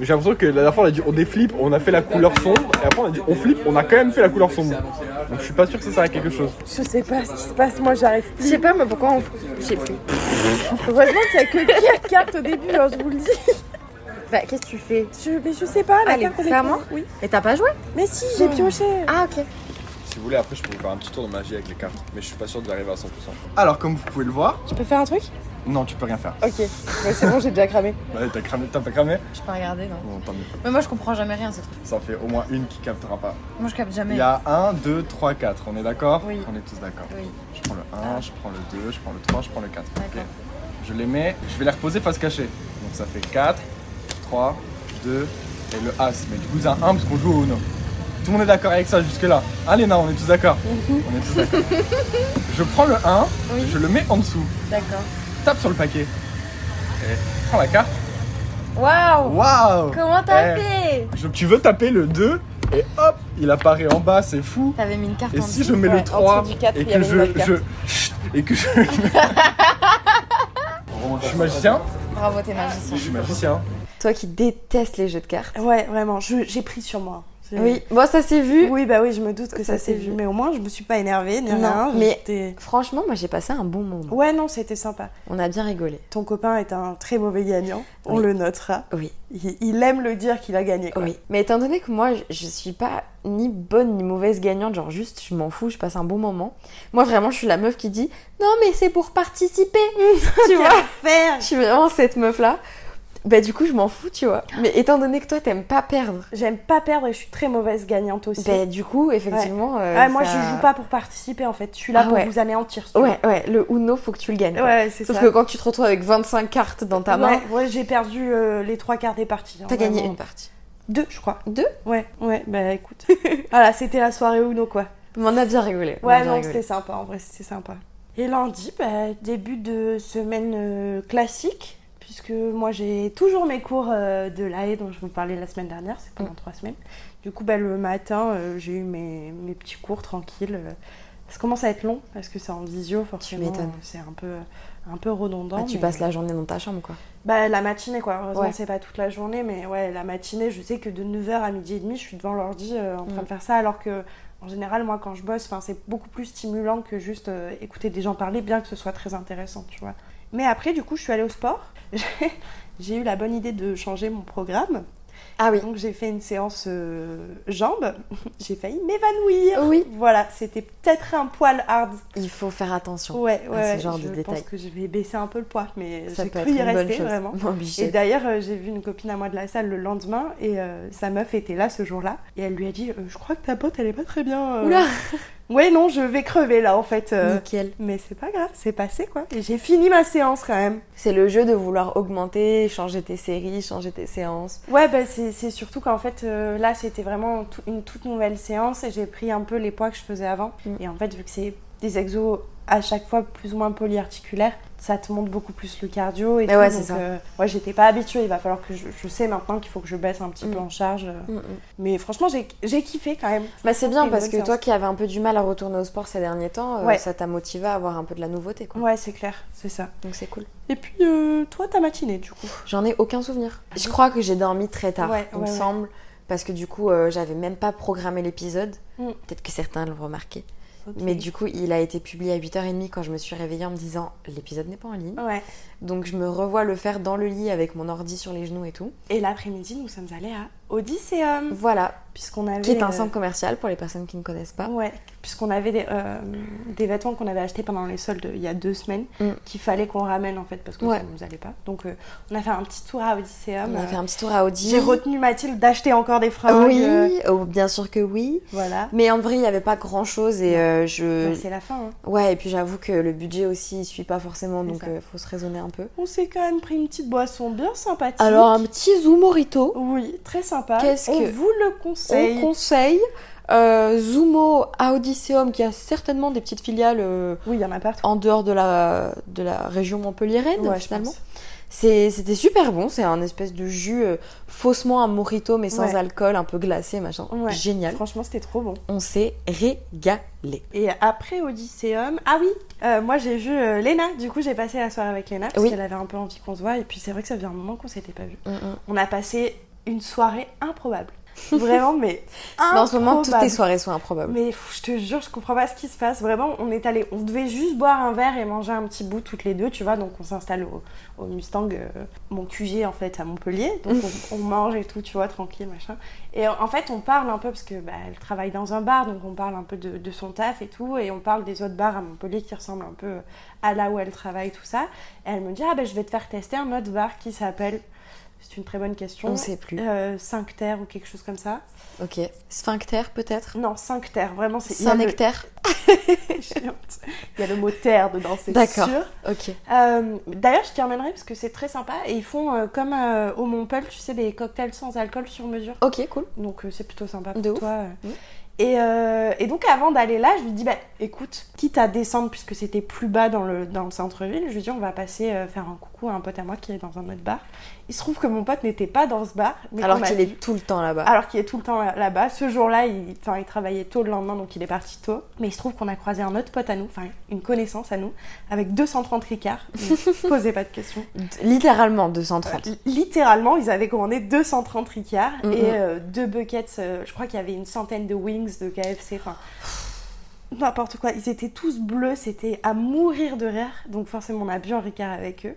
J'ai l'impression que la dernière fois on a dit on déflippe, on a fait la couleur sombre, et après on a dit on flippe, on a quand même fait la couleur sombre. Donc je suis pas sûr que ça sert à quelque chose. Je sais pas ce qui se passe, moi j'arrive. Je sais pas, mais pourquoi on. Je sais plus. Heureusement qu'il y a que 4 cartes au début, hein, je vous le dis. Bah, qu'est-ce que tu fais Je- mais je sais pas, la Allez, carte elle c'est est à moi cool. Oui. Et t'as pas joué Mais si, j'ai pioché. Ah, ok. Si vous voulez, après, je peux vous faire un petit tour de magie avec les cartes, mais je suis pas sûr d'arriver à 100%. Alors, comme vous pouvez le voir, Je peux faire un truc non, tu peux rien faire. Ok. Ouais, c'est bon, j'ai déjà cramé. Bah, t'as cramé, t'as pas cramé Je peux regarder, non Bon, tant mieux. Mais moi, je comprends jamais rien, ce truc. Ça en fait au moins une qui captera pas. Moi, je capte jamais. Il y a 1, 2, 3, 4, on est d'accord Oui. On est tous d'accord. Oui. Je prends le 1, je prends le 2, je prends le 3, je prends le 4. Ok. D'accord. Je les mets, je vais les reposer face cachée. Donc ça fait 4, 3, 2 et le As. Mais du coup c'est un 1 parce qu'on joue au Uno. Tout le monde est d'accord avec ça jusque-là. Hein Léna, on est tous d'accord Mhm. On est tous d'accord. je prends le 1, je le mets en dessous, D'accord. tape sur le paquet. Et prends la carte. Waouh Waouh Comment t'as Eh. fait Je- Tu veux taper le 2 et hop, il apparaît en bas, c'est fou. T'avais mis une carte Et en si dessous. je mets Ouais, le en 3 dessous du quatre, et il y avait que une je, nouvelle carte. je- Chut, et que je je suis magicien, Bravo, t'es je magicien. suis magicien. Toi qui détestes les jeux de cartes. Ouais, vraiment, je- j'ai pris sur moi. C'est- Oui, bon, ça s'est vu. Oui, bah oui, je me doute que ça, Ça, s'est c'est vu, vu. mais au moins, je me suis pas énervée, ni Non, rien. mais- j'étais- Franchement, moi j'ai passé un bon moment. Ouais, non, c'était sympa. On a bien rigolé. Ton copain est un très mauvais gagnant, on Oui. le notera. Oui, Il, il aime le dire qu'il a gagné. quoi. oui. Mais étant donné que moi je- je suis pas ni bonne ni mauvaise gagnante, genre juste je m'en fous, je passe un bon moment. Moi vraiment, je suis la meuf qui dit non, mais c'est pour participer. tu vois Faire Je suis vraiment cette meuf là. Bah, du coup, je m'en fous, tu vois. Mais étant donné que toi t'aimes pas perdre, J'aime pas perdre et je suis très mauvaise gagnante aussi. bah, du coup, effectivement. euh, Ah, moi, ça- je joue pas pour participer en fait. Je suis là Ah pour ouais. vous anéantir. si tu Ouais, ouais, le Uno, faut que tu le gagnes. veux. quoi. Ouais, c'est Sauf ça. que quand tu te retrouves avec 25 cartes dans ta main, Ouais, ouais, j'ai perdu euh, les trois quarts des parties. hein, t'as gagné vraiment. une partie. Deux, je crois. Deux Ouais, ouais, bah écoute. voilà, c'était la soirée Uno quoi. Mais on a bien rigolé. on a Ouais, bien non, rigolé. c'était sympa, en vrai, c'était sympa. Et lundi, bah, début de semaine euh, classique, puisque moi j'ai toujours mes cours euh, de l'AE dont je vous parlais la semaine dernière, c'est Mm. pendant trois semaines. Du coup, bah, le matin, euh, j'ai eu mes, mes petits cours tranquilles. euh, ça commence à être long, parce que c'est en visio, forcément. m'étonnes. euh, C'est un peu, un peu redondant. Ah, tu mais- passes la journée dans ta chambre, quoi. bah, la matinée, quoi. Heureusement, Ouais. c'est pas toute la journée, mais ouais, la matinée, je sais que de 9h à midi et demi, je suis devant l'ordi euh, en Mm. train de faire ça, alors que, en général, moi, quand je bosse, 'fin, c'est beaucoup plus stimulant que juste euh, écouter des gens parler, bien que ce soit très intéressant, tu vois. Mais après, du coup, je suis allée au sport. J'ai- J'ai eu la bonne idée de changer mon programme. Ah oui. Donc, j'ai fait une séance euh, jambes. j'ai failli m'évanouir. Oui. Voilà, c'était peut-être un poil hard. Il faut faire attention. Ouais, ouais, à Ah, ce ouais, genre de je pense détails. que je vais baisser un peu le poids, mais Ça j'ai peut cru être y une bonne rester chose. vraiment. Mon Et bichette. d'ailleurs, euh, j'ai vu une copine à moi de la salle le lendemain et euh, sa meuf était là ce jour-là. Et elle lui a dit euh, Je crois que ta pote, elle est pas très bien. euh. Oula, Ouais, non, je vais crever là en fait. euh. nickel. Mais c'est pas grave, c'est passé quoi. Et j'ai fini ma séance quand même. C'est le jeu de vouloir augmenter, changer tes séries, changer tes séances. Ouais, bah, c'est c'est surtout qu'en fait, euh, là, c'était vraiment tout- une toute nouvelle séance et j'ai pris un peu les poids que je faisais avant. Mm. Et en fait, vu que c'est des exos à chaque fois plus ou moins polyarticulaires, ça te monte beaucoup plus le cardio et Mais tout. ouais, c'est donc, ça. euh, ouais, j'étais pas habituée. Il va falloir que je, je sais maintenant qu'il faut que je baisse un petit Mm. peu en charge. euh. Mm, mm. Mais franchement, j'ai j'ai kiffé quand même. Bah, c'est Franchement, bien parce c'était que une toi bonne qui avais un peu du mal à retourner au sport ces derniers temps, euh, Ouais. ça t'a motivé à avoir un peu de la nouveauté, quoi. séance. Ouais, c'est clair, c'est ça. Donc c'est cool. Et puis, euh, toi, ta matinée, du coup. J'en ai aucun souvenir. Je crois que j'ai dormi très tard, Ouais, il ouais, me ouais. semble, parce que du coup, euh, j'avais même pas programmé l'épisode. Mm. Peut-être que certains l'ont remarqué. Mais du coup, il a été publié à 8h30 quand je me suis réveillée en me disant l'épisode n'est pas en ligne. Ouais. Donc je me revois le faire dans le lit avec mon ordi sur les genoux et tout. Et l'après-midi, nous sommes allés à Odysseum. Voilà, Puisqu'on avait. qui est un euh, centre commercial pour les personnes qui ne connaissent pas. Ouais, puisqu'on avait des, euh, des vêtements qu'on avait achetés pendant les soldes il y a deux semaines, Mm. qu'il fallait qu'on ramène en fait parce que Ouais. ça nous allait pas. Donc euh, on a fait un petit tour à Odysseum. On a fait euh, un petit tour à Audi. J'ai retenu Mathilde d'acheter encore des fringues. oui, euh, oh, bien sûr que oui. voilà. Mais en vrai, il n'y avait pas grand chose et euh, je. Donc, C'est la fin. hein. Ouais, et puis j'avoue que le budget aussi, il suit pas forcément, donc ça. il faut se raisonner un peu. On s'est quand même pris une petite boisson bien sympathique. Alors, un petit Zoomorito. Oui, très sympa. Qu'est-ce on que- vous le On conseille. conseille euh, Zumo à Odysseum, qui a certainement des petites filiales euh, Oui, il y en a partout. en dehors de la, de la région montpelliéraine, Ouais, je finalement. pense. C'est- C'était super bon, c'est un espèce de jus euh, faussement un morito, mais sans Ouais. alcool, un peu glacé, machin. Ouais. Génial. Franchement, c'était trop bon. On s'est régalé. Et après Odysseum, ah oui, euh, moi j'ai vu euh, Léna, du coup j'ai passé la soirée avec Léna parce Oui. qu'elle avait un peu envie qu'on se voit et puis c'est vrai que ça faisait un moment qu'on s'était pas vu. Mm, mm. On a passé une soirée improbable. Vraiment, mais Mais improbable. Bah, en ce moment, toutes tes soirées sont improbables. Mais pff, je te jure, je comprends pas ce qui se passe. Vraiment, on est allé, on devait juste boire un verre et manger un petit bout toutes les deux, tu vois. Donc on s'installe au, au Mustang, euh, mon QG en fait à Montpellier. Donc on, on mange et tout, tu vois, tranquille, machin. Et en en fait, on parle un peu parce que bah, elle travaille dans un bar, donc on parle un peu de, de son taf et tout, et on parle des autres bars à Montpellier qui ressemblent un peu euh, à là où elle travaille, tout ça. Et elle me dit ah ben je vais te faire tester un autre bar qui s'appelle. C'est une très bonne question. On sait plus. Euh, Terre ou quelque chose comme ça. Ok. Sphincter, peut-être Non, Terre, vraiment c'est il y a le- Synnectaire chiante. Il y a le mot terre dedans, c'est D'accord. sûr. Ok. Euh, D'ailleurs, je t'y emmènerai parce que c'est très sympa et ils font euh, comme euh, au Montpel, tu sais, des cocktails sans alcool sur mesure. Ok, cool. Donc euh, c'est plutôt sympa pour De ouf. toi. euh. Mhm. Et, euh, et donc avant d'aller là, je lui dis, bah écoute, quitte à descendre puisque c'était plus bas dans le, dans le centre-ville, je lui dis on va passer euh, faire un coucou à un pote à moi qui est dans un autre bar. Il se trouve que mon pote n'était pas dans ce bar. mais Alors bah, qu'on a qu'il vu. est tout le temps là-bas. Alors qu'il est tout le temps là- là-bas. Ce jour-là, il, enfin, il travaillait tôt le lendemain, donc il est parti tôt. Mais il se trouve qu'on a croisé un autre pote à nous, enfin une connaissance à nous, avec 230 Ricard. Ne posez pas de questions. D- Littéralement 230. Li- Littéralement, ils avaient commandé 230 Ricard Mhm. et euh, deux buckets. euh, je crois qu'il y avait une centaine de wings de KFC. Enfin, n'importe quoi. Ils étaient tous bleus. C'était à mourir de rire. Donc forcément, on a bu un Ricard avec eux.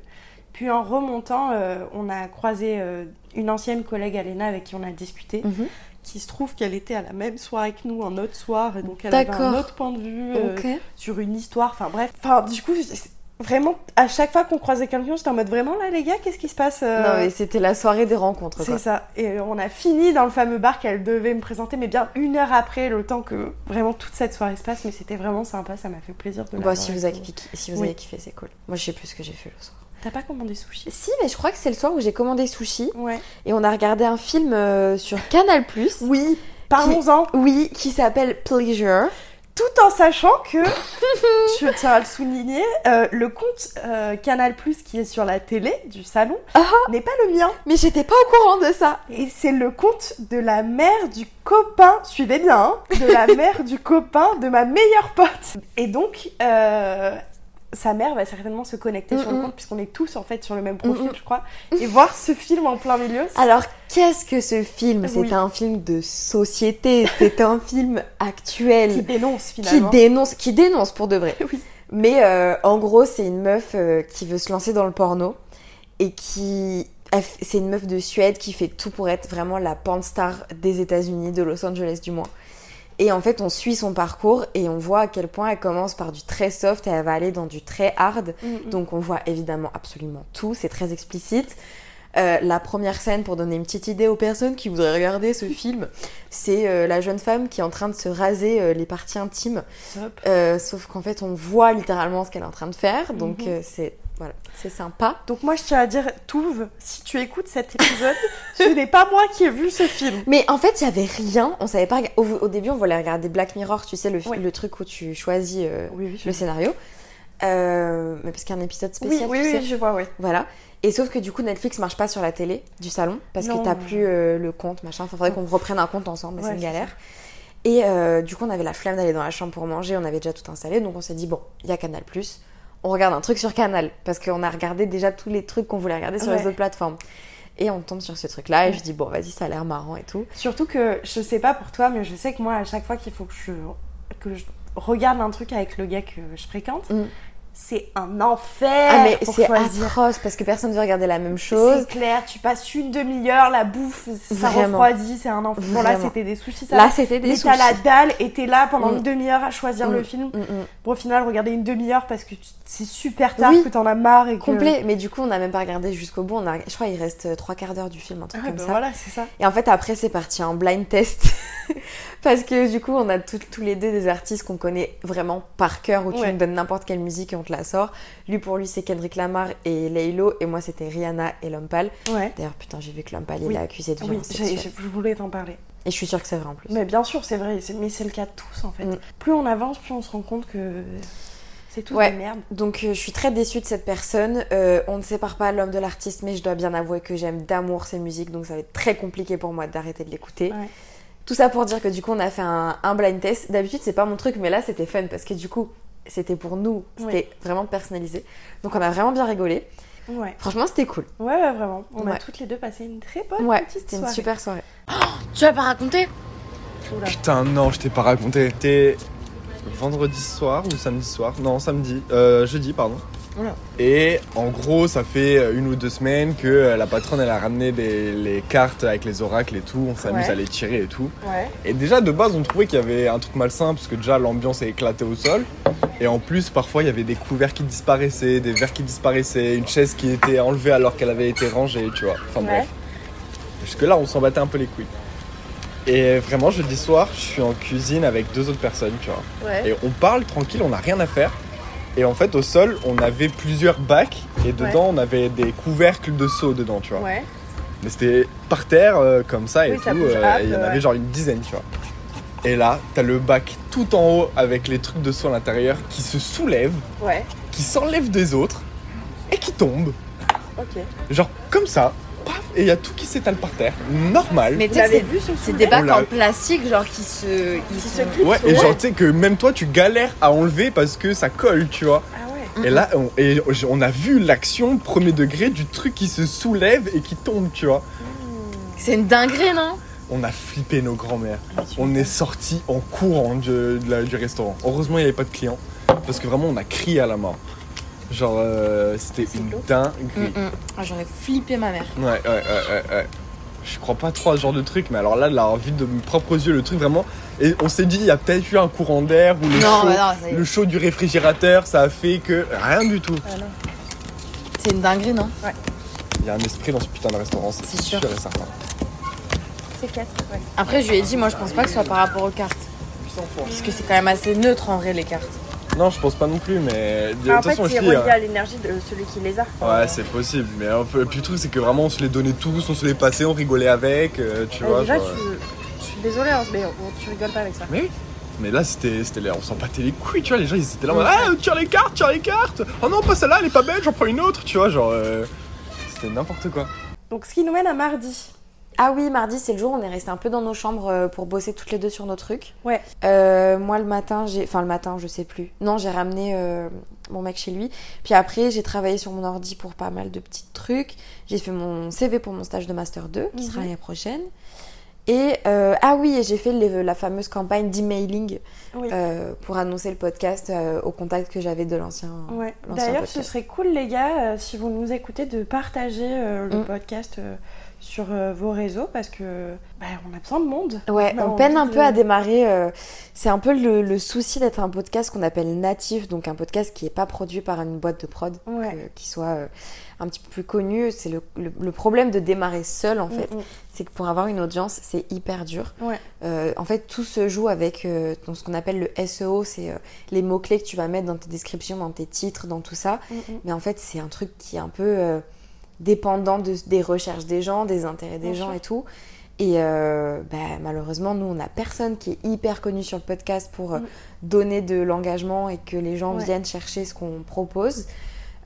Puis en remontant, euh, on a croisé euh, une ancienne collègue Alena avec qui on a discuté, Mhm. qui se trouve qu'elle était à la même soirée que nous, un autre soir, et donc elle avait un D'accord. autre point de vue euh, sur une histoire, enfin bref. Enfin, du coup, c'est- vraiment, à chaque fois qu'on croisait quelqu'un, j'étais en mode vraiment là, les gars, qu'est-ce qui se passe euh, Non, mais c'était la soirée des rencontres, quoi. c'est ça. Et euh, on a fini dans le fameux bar qu'elle devait me présenter, mais bien une heure après, le temps que vraiment toute cette soirée se passe. Mais c'était vraiment sympa, ça m'a fait plaisir de la Bon, voir Bah, si et vous, tout. avez, kiffé- si vous Oui. avez kiffé, c'est cool. Moi, je sais plus ce que j'ai fait le soir. T'as pas commandé sushi Si, mais je crois que c'est le soir où j'ai commandé sushi Ouais. et on a regardé un film euh, sur Canal+. Oui, parlons-en. Oui, qui s'appelle Pleasure. Tout en sachant que, je tiens à le souligner, euh, le compte euh, Canal Plus qui est sur la télé du salon n'est pas le mien. Mais j'étais pas au courant de ça. Et c'est le compte de la mère du copain, suivez bien, hein, de la mère du copain de ma meilleure pote. Et donc, euh, sa mère va certainement se connecter sur le Mhm. compte, puisqu'on est tous en fait sur le même profil, Mhm. je crois, et voir ce film en plein milieu. c'est- Alors, qu'est-ce que ce film C'est Oui. un film de société, c'est un film actuel. qui dénonce qui finalement. dénonce, qui dénonce pour de vrai. Oui. Mais euh, en gros, c'est une meuf euh, qui veut se lancer dans le porno et qui. elle f- C'est une meuf de Suède qui fait tout pour être vraiment la porn star des États-Unis, de Los Angeles du moins. Et en fait, on suit son parcours et on voit à quel point elle commence par du très soft et elle va aller dans du très hard. Mhm. Donc on voit évidemment absolument tout, c'est très explicite. Euh, la première scène, pour donner une petite idée aux personnes qui voudraient regarder ce film, c'est euh, la jeune femme qui est en train de se raser euh, les parties intimes. Hop. Euh, sauf qu'en fait, on voit littéralement ce qu'elle est en train de faire. Donc Mhm. euh, c'est voilà, c'est sympa. Donc moi je tiens à dire, Touve, si tu écoutes cet épisode, ce n'est pas moi qui ai vu ce film. Mais en fait, il y avait rien. On savait pas. rega- Au, au début, on voulait regarder Black Mirror. Tu sais le, fi- Ouais. le truc où tu choisis euh, Oui, oui, je le scénario. Euh, mais parce qu'il y a un épisode Oui, spécial. oui, tu sais. oui, je vois, ouais. Voilà. Et sauf que du coup, Netflix marche pas sur la télé du salon parce Non. que t'as plus euh, le compte, machin. Enfin, faudrait qu'on reprenne un compte ensemble, mais Ouais, c'est une c'est galère. Et euh, du coup, on avait la flemme d'aller dans la chambre pour manger, on avait déjà tout installé, donc on s'est dit, bon, il y a Canal, on regarde un truc sur Canal parce qu'on a regardé déjà tous les trucs qu'on voulait regarder sur les Ouais. autres plateformes. Et on tombe sur ce truc-là, et je dis, bon, vas-y, ça a l'air marrant et tout. Surtout que je sais pas pour toi, mais je sais que moi, à chaque fois qu'il faut que je, que je regarde un truc avec le gars que je fréquente, Mm. c'est un enfer Ah, mais Eh, pour c'est choisir. atroce parce que personne ne veut regarder la même chose. C'est clair, tu passes une demi-heure, la bouffe, ça Vraiment. refroidit, c'est un enfer. Bon, là, Vraiment. c'était des soucis, ça Là, c'était des mais soucis. t'as la dalle et t'es là pendant Mm. une demi-heure à choisir Mm. le film. Mm, mm. Bon, au final, regarder une demi-heure parce que tu- c'est super tard, Oui. que t'en as marre et que... Complet, mais du coup, on n'a même pas regardé jusqu'au bout. On a... Je crois qu'il reste trois quarts d'heure du film, un Ah, truc comme ben ça. voilà, c'est ça. Et en fait, après, c'est parti en blind test. Parce que du coup, on a tout- tous les deux des artistes qu'on connaît vraiment par cœur, où tu Ouais. nous donnes n'importe quelle musique et on te la sort. Lui, pour lui, c'est Kendrick Lamar et Laylo. Et moi, c'était Rihanna et Lompal. Ouais. D'ailleurs, putain, j'ai vu que Lompal, il Oui. est accusé de Oui, violence j'ai- sexuelle. j'ai- je voulais t'en parler. Et je suis sûre que c'est vrai en plus. Mais bien sûr, c'est vrai, c'est- mais c'est le cas de tous en fait. Mm. Plus on avance, plus on se rend compte que c'est tout Ouais. des merdes. Donc, euh, je suis très déçue de cette personne. Euh, on ne sépare pas l'homme de l'artiste, mais je dois bien avouer que j'aime d'amour ses musiques, donc ça va être très compliqué pour moi d'arrêter de l'écouter. Ouais. Tout ça pour dire que du coup, on a fait un, un blind test. D'habitude, c'est pas mon truc, mais là, c'était fun parce que du coup, c'était pour nous, c'était Ouais. vraiment personnalisé. Donc, on a vraiment bien rigolé. Ouais. Franchement, c'était cool. ouais, ouais, vraiment. On a Ouais. toutes les deux passé une très bonne ouais, Oh, petite c'était soirée. une super soirée. Tu vas pas raconter Putain, non, je t'ai pas raconté. C'était vendredi soir ou samedi soir Non, samedi. Euh, jeudi, pardon. Et en gros, ça fait euh, une ou deux semaines que euh, la patronne, elle a ramené des- les cartes avec les oracles et tout. On s'amuse Ouais. à les tirer et tout. Ouais. Et déjà, de base, on trouvait qu'il y avait un truc malsain parce que déjà, l'ambiance est éclatée au sol. Et en plus, parfois, il y avait des couverts qui disparaissaient, des verres qui disparaissaient, une chaise qui était enlevée alors qu'elle avait été rangée, tu vois. Enfin Ouais. bref. Jusque-là, on s'en battait un peu les couilles. Et vraiment, jeudi soir, je suis en cuisine avec deux autres personnes, tu vois. Ouais. Et on parle tranquille, on n'a rien à faire. Et en fait, au sol, on avait plusieurs bacs et dedans, on avait des couvercles de seaux dedans, tu vois. Ouais. Mais c'était par terre euh, comme ça et Oui, tout. ça bouge euh, up, et il y en ouais. avait genre une dizaine, tu vois. Et là, t'as le bac tout en haut avec les trucs de soins à l'intérieur qui se soulève, Ouais. qui s'enlève des autres et qui tombe. Ok. Genre comme ça, paf, et il y a tout qui s'étale par terre. Normal. Mais Vous tu sais, l'avez c'est- vu ce c'est film des bacs On l'a- en plastique, genre qui se. Ils Qui sont- se clipse Ouais, et genre, tu sais que même toi, tu galères à enlever parce que ça colle, tu vois. Ah ouais. Et là, on, et on a vu l'action premier degré du truc qui se soulève et qui tombe, tu vois. C'est une dinguerie, non On a flippé nos grands-mères. On est sorti en courant du, de la- du restaurant. Heureusement, il n'y avait pas de clients. Parce que vraiment, on a crié à la mort. Genre, euh, c'était une dinguerie. Mm-mm. Ah, J'aurais flippé ma mère. Ouais, ouais, ouais, ouais, ouais. Je crois pas trop à ce genre de truc, mais alors là, de la vue de mes propres yeux, le truc vraiment. Et on s'est dit, il y a peut-être eu un courant d'air ou le Non, chaud, bah non, ça y est. le chaud du réfrigérateur, ça a fait que. Rien du tout. C'est une dinguerie, non Il y a un esprit dans ce putain de restaurant, c'est C'est sûr sûr. et certain. C'est quatre. Ouais. Après, je lui ai dit, moi, je pense pas que ce soit par rapport aux cartes. Parce que c'est quand même assez neutre en vrai, les cartes. Non, je pense pas non plus, mais. De Ah, en toute fait, façon, c'est je dis. relié euh, à l'énergie de celui qui les a. Ouais, c'est possible, mais un peu- puis le truc c'est que vraiment on se les donnait tous, on se les passait, on rigolait avec, euh, tu Ouais, vois. déjà, genre, euh. tu- je suis désolée, hein, mais bon, tu rigoles pas avec ça. Mais oui. Mais là c'était, c'était les- on s'en battait les couilles, tu vois, les gens ils étaient là, en mode, ah tire les cartes, tire les cartes, oh non pas celle-là, elle est pas belle, j'en prends une autre, tu vois, genre. euh, C'était n'importe quoi. Donc, ce qui nous mène à mardi. Ah oui, mardi, c'est le jour où on est resté un peu dans nos chambres euh, pour bosser toutes les deux sur nos trucs. Ouais. Euh, moi, le matin, j'ai. Enfin, le matin, je sais plus. Non, j'ai ramené euh, mon mec chez lui. Puis après, j'ai travaillé sur mon ordi pour pas mal de petits trucs. J'ai fait mon CV pour mon stage de Master 2, qui sera Mhm. l'année prochaine. Et euh, ah oui, et j'ai fait les- la fameuse campagne d'emailing Oui. euh, pour annoncer le podcast euh, au contact que j'avais de l'ancien. Ouais. l'ancien D'ailleurs, podcast. ce serait cool, les gars, euh, si vous nous écoutez, de partager euh, le Mm. podcast euh, sur euh, vos réseaux parce que bah, on a besoin de monde. Ouais, Bah, on on peine dit un que- peu à démarrer. euh, c'est un peu le, le souci d'être un podcast qu'on appelle natif, donc un podcast qui n'est pas produit par une boîte de prod, Ouais. euh, qui soit euh, un petit peu plus connue. C'est le, le- le problème de démarrer seul, en fait. Mm, mm. C'est que pour avoir une audience, c'est hyper dur. Ouais. Euh, en fait, tout se joue avec euh, ton- ce qu'on appelle le SEO, c'est euh, les mots-clés que tu vas mettre dans tes descriptions, dans tes titres, dans tout ça. Mm, mm. Mais en fait, c'est un truc qui est un peu euh, dépendant de- des recherches des gens, des intérêts des Bien gens sûr. et tout. Et euh, bah, malheureusement, nous, on n'a personne qui est hyper connu sur le podcast pour euh, Mm. donner de l'engagement et que les gens Ouais. viennent chercher ce qu'on propose.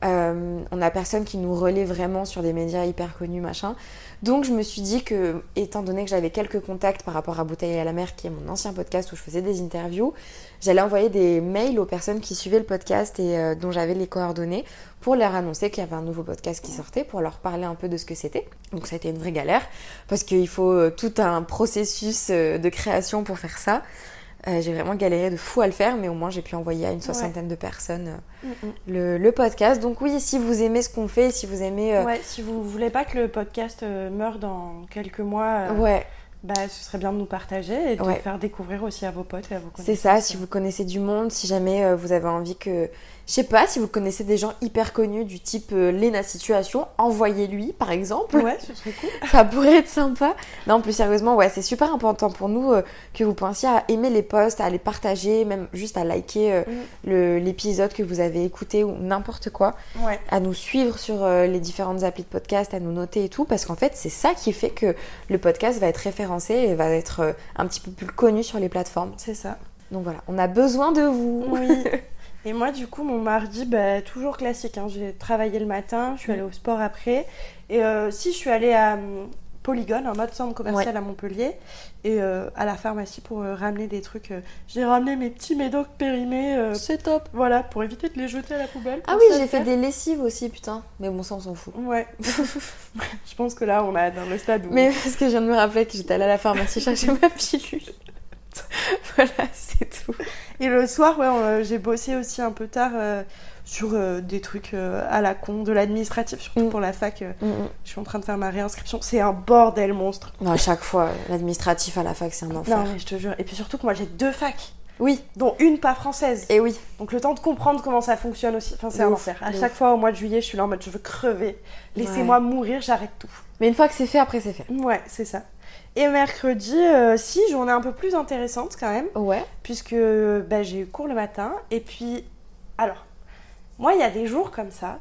Euh, on n'a personne qui nous relaie vraiment sur des médias hyper connus, machin. Donc, je me suis dit que, étant donné que j'avais quelques contacts par rapport à Bouteille à la mer, qui est mon ancien podcast où je faisais des interviews, j'allais envoyer des mails aux personnes qui suivaient le podcast et euh, dont j'avais les coordonnées pour leur annoncer qu'il y avait un nouveau podcast qui sortait, pour leur parler un peu de ce que c'était. Donc ça a été une vraie galère, parce qu'il faut euh, tout un processus euh, de création pour faire ça. Euh, j'ai vraiment galéré de fou à le faire, mais au moins j'ai pu envoyer à une soixantaine de personnes euh, le, le podcast. Donc oui, si vous aimez ce qu'on fait, si vous aimez... euh, Ouais, si vous voulez pas que le podcast euh, meure dans quelques mois, euh, ouais. bah, ce serait bien de nous partager et de Ouais. faire découvrir aussi à vos potes et à vos connaissances. C'est ça, si vous connaissez du monde, si jamais euh, vous avez envie que. Je sais pas, si vous connaissez des gens hyper connus du type euh, Lena Situation, envoyez-lui par exemple. Ouais, ce serait cool. Ça pourrait être sympa. Non, plus sérieusement, ouais, c'est super important pour nous euh, que vous pensiez à aimer les posts, à les partager, même juste à liker euh, le- l'épisode que vous avez écouté ou n'importe quoi, Ouais. à nous suivre sur euh, les différentes applis de podcast, à nous noter et tout, parce qu'en fait, c'est ça qui fait que le podcast va être référencé et va être euh, un petit peu plus connu sur les plateformes. C'est ça. Donc voilà, on a besoin de vous. Oui. Et moi, du coup, mon mardi, bah, toujours classique. hein. J'ai travaillé le matin, Mm. je suis allée au sport après. Et euh, si je suis allée à hum, Polygone, un autre centre commercial à Montpellier, et euh, à la pharmacie pour euh, ramener des trucs. euh, J'ai ramené mes petits médocs périmés. C'est top. Voilà, pour éviter de les jeter à la poubelle. Ah pour oui, ça j'ai fait faire. des lessives aussi, putain. Mais bon, ça, on s'en fout. Ouais. je pense que là, on est dans le stade où. Mais parce que je viens de me rappeler que j'étais allée à la pharmacie chercher ma pilule. voilà, c'est tout. Et le soir, ouais, on, euh, j'ai bossé aussi un peu tard euh, sur euh, des trucs euh, à la con, de l'administratif, surtout Mm. pour la fac. euh, Mm, mm. je suis en train de faire ma réinscription. C'est un bordel monstre. Non, à chaque fois, l'administratif à la fac, c'est un enfer. Non, mais je te jure. Et puis surtout que moi, j'ai deux facs, Oui, dont une pas française. et oui. Donc le temps de comprendre comment ça fonctionne aussi. Enfin, c'est De un ouf, enfer. À de chaque fois, au mois de juillet, je suis là en mode je veux crever. Laissez-moi mourir, j'arrête tout. Mais une fois que c'est fait, après, c'est fait. Ouais, c'est ça. Et mercredi, euh, si, journée un peu plus intéressante quand même. Ouais. puisque bah, j'ai eu cours le matin. Et puis, alors, moi, il y a des jours comme ça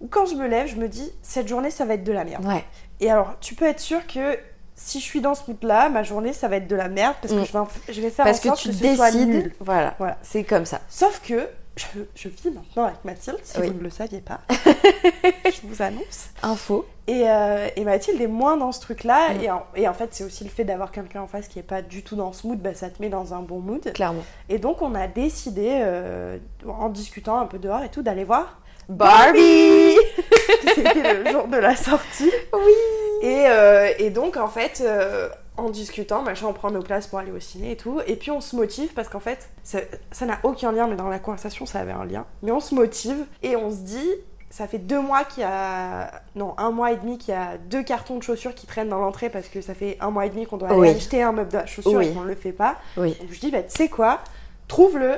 où quand je me lève, je me dis, cette journée, ça va être de la merde. Ouais. Et alors, tu peux être sûr que si je suis dans ce mood-là, ma journée, ça va être de la merde parce que Mm. je, vais, en- je vais faire Parce en que sorte tu que, ce soit décides. nul. Voilà. Voilà. C'est comme ça. Sauf que je, je vis maintenant avec Mathilde, si Oui. vous ne le saviez pas. je vous annonce. Info. Et, euh, et Mathilde est moins dans ce truc-là. Mm. Et, en, et en fait, c'est aussi le fait d'avoir quelqu'un en face qui n'est pas du tout dans ce mood, bah, ça te met dans un bon mood. Clairement. Et donc, on a décidé, euh, en discutant un peu dehors et tout, d'aller voir. Barbie C'était le jour de la sortie. Oui. Et, euh, et donc, en fait, euh, en discutant, machin, on prend nos places pour aller au ciné et tout. Et puis, on se motive parce qu'en fait, ça ça n'a aucun lien, mais dans la conversation, ça avait un lien. Mais on se motive et on se dit. Ça fait deux mois qu'il y a. Non, un mois et demi qu'il y a deux cartons de chaussures qui traînent dans l'entrée parce que ça fait un mois et demi qu'on doit aller Oui. acheter un meuble de chaussures Oui. et qu'on ne le fait pas. Oui. Donc je dis, bah, tu sais quoi, trouve-le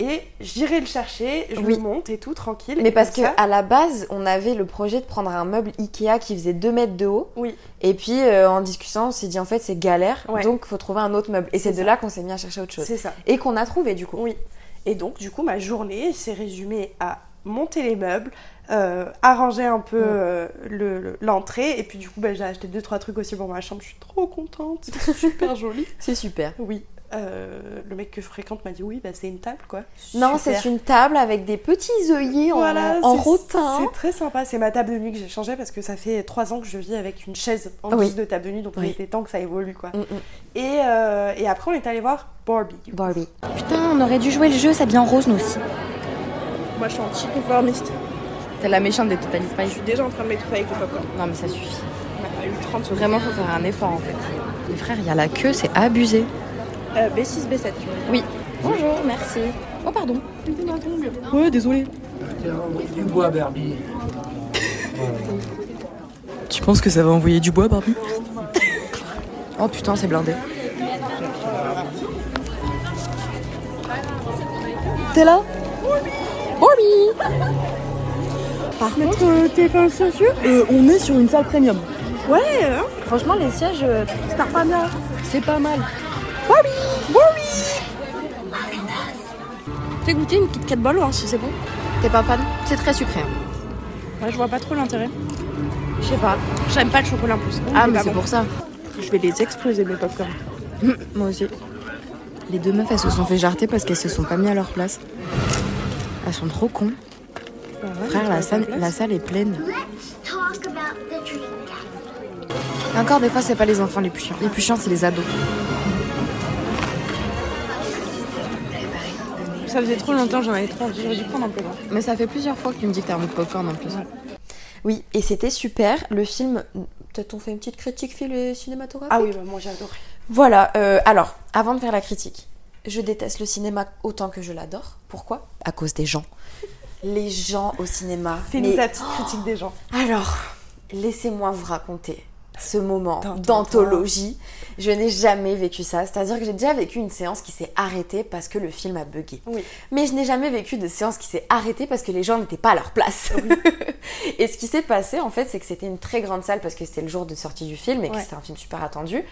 et j'irai le chercher, je Oui. le monte et tout, tranquille. Mais Et parce que comme ça- à la base, on avait le projet de prendre un meuble Ikea qui faisait 2 mètres de haut. Oui. Et puis euh, en discutant, on s'est dit en fait c'est galère, Ouais. donc faut trouver un autre meuble. Et c'est C'est de ça. là qu'on s'est mis à chercher autre chose. C'est ça. Et qu'on a trouvé du coup. Oui. Et donc, du coup, ma journée s'est résumée à monter les meubles, euh, arranger un peu Mm. euh, le- le- l'entrée, et puis du coup, bah, j'ai acheté deux, trois trucs aussi pour ma chambre, je suis trop contente, c'est super joli. C'est super. Oui. Euh, le mec que je fréquente m'a dit, oui, bah, c'est une table, quoi. Non, Super. c'est une table avec des petits œillets en- Voilà, en, hein. c'est- rotin. C'est très sympa. C'est ma table de nuit que j'ai changée parce que ça fait trois ans que je vis avec une chaise en Oui. guise de table de nuit, donc Oui. il était temps que ça évolue, quoi. Mm, mm. Et, euh, et après, on est allé voir Barbie. Barbie. Putain, on aurait dû jouer le jeu, ça devient rose nous aussi. Moi, je suis anticonformiste. T'es la méchante des Total Spice. Je suis déjà en train de m'étouffer avec le popcorn. Non mais ça suffit. On a pas eu 30 secondes. Vraiment, faut faire un effort en fait. Les frères, il y a la queue, c'est abusé. Euh, B6, B7. tu vois. Bonjour, merci. Oh pardon. Du bois, Barbie. Tu penses que ça va envoyer du bois, Barbie Oh putain, c'est blindé. T'es là Par contre, euh, tes fins sociaux On est sur une salle premium. Ouais, hein Franchement, les sièges, euh, Ça part pas bien. c'est pas mal. T'as goûté une petite 4 Ball, voir hein, si c'est bon T'es pas fan C'est très sucré. hein. Ouais, je vois pas trop l'intérêt. Je sais pas. J'aime pas le chocolat en plus. Ah, mais c'est pour ça. Je vais les exploser, mes popcorn. Moi aussi. Les deux meufs, elles se sont fait jarter parce qu'elles se sont pas mis à leur place. Elles sont trop cons. Bah Frère, la salle, la salle est pleine. Encore des fois, c'est pas les enfants les plus chiants. Les plus chiants, c'est les ados. Ça faisait trop longtemps, j'en avais trop envie. J'aurais dû prendre un peu. hein. Mais ça fait plusieurs fois que tu me dis que t'as un mot de popcorn en plus. Oui, et c'était super. Le film. Peut-être on fait une petite critique film cinématographique Ah oui, bah, moi j'ai adoré. Voilà, euh, alors, avant de faire la critique, Je déteste le cinéma autant que je l'adore. Pourquoi À cause des gens. Les gens au cinéma. Fais-nous mais- ta petite critique des gens. Alors, laissez-moi vous raconter ce moment d'anthologie. Je n'ai jamais vécu ça. C'est-à-dire que j'ai déjà vécu une séance qui s'est arrêtée parce que le film a bugué. Oui. Mais je n'ai jamais vécu de séance qui s'est arrêtée parce que les gens n'étaient pas à leur place. Ah et ce qui s'est passé, en fait, c'est que c'était une très grande salle parce que c'était le jour de sortie du film et que Ouais. c'était un film super attendu.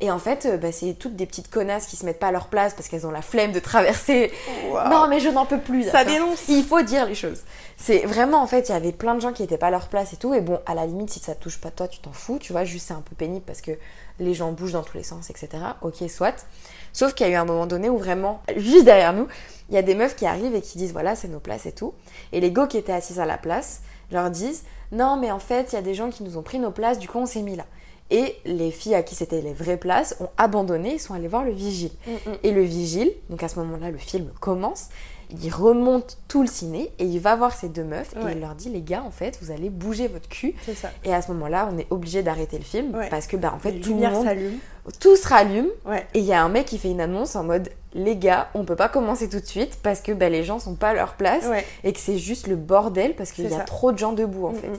Et en fait, euh, bah, c'est toutes des petites connasses qui se mettent pas à leur place parce qu'elles ont la flemme de traverser. Oh, Non, mais je n'en peux plus. Ça d'accord. dénonce. Il faut dire les choses. C'est vraiment, en fait, il y avait plein de gens qui n'étaient pas à leur place et tout. Et bon, à la limite, si ça te touche pas toi, tu t'en fous. Tu vois, juste c'est un peu pénible parce que les gens bougent dans tous les sens, etc. Ok, soit. Sauf qu'il y a eu un moment donné où vraiment, juste derrière nous, il y a des meufs qui arrivent et qui disent voilà, c'est nos places et tout. Et les gars qui étaient assis à la place leur disent non, mais en fait, il y a des gens qui nous ont pris nos places, du coup, on s'est mis là. Et les filles à qui c'était les vraies places ont abandonné et sont allées voir le vigile. Mm, Et le vigile, donc à ce moment-là, le film commence, il remonte tout le ciné et il va voir ces deux meufs Ouais. et il leur dit les gars, en fait, vous allez bouger votre cul. C'est ça. Et à ce moment-là, on est obligé d'arrêter le film Ouais. parce que, bah, en fait, Les tout le lumières monde s'allument. tout se rallume Ouais. et il y a un mec qui fait une annonce en mode les gars on peut pas commencer tout de suite parce que bah, les gens sont pas à leur place Ouais. et que c'est juste le bordel parce qu'il y C'est a ça. trop de gens debout en Mm, fait mm.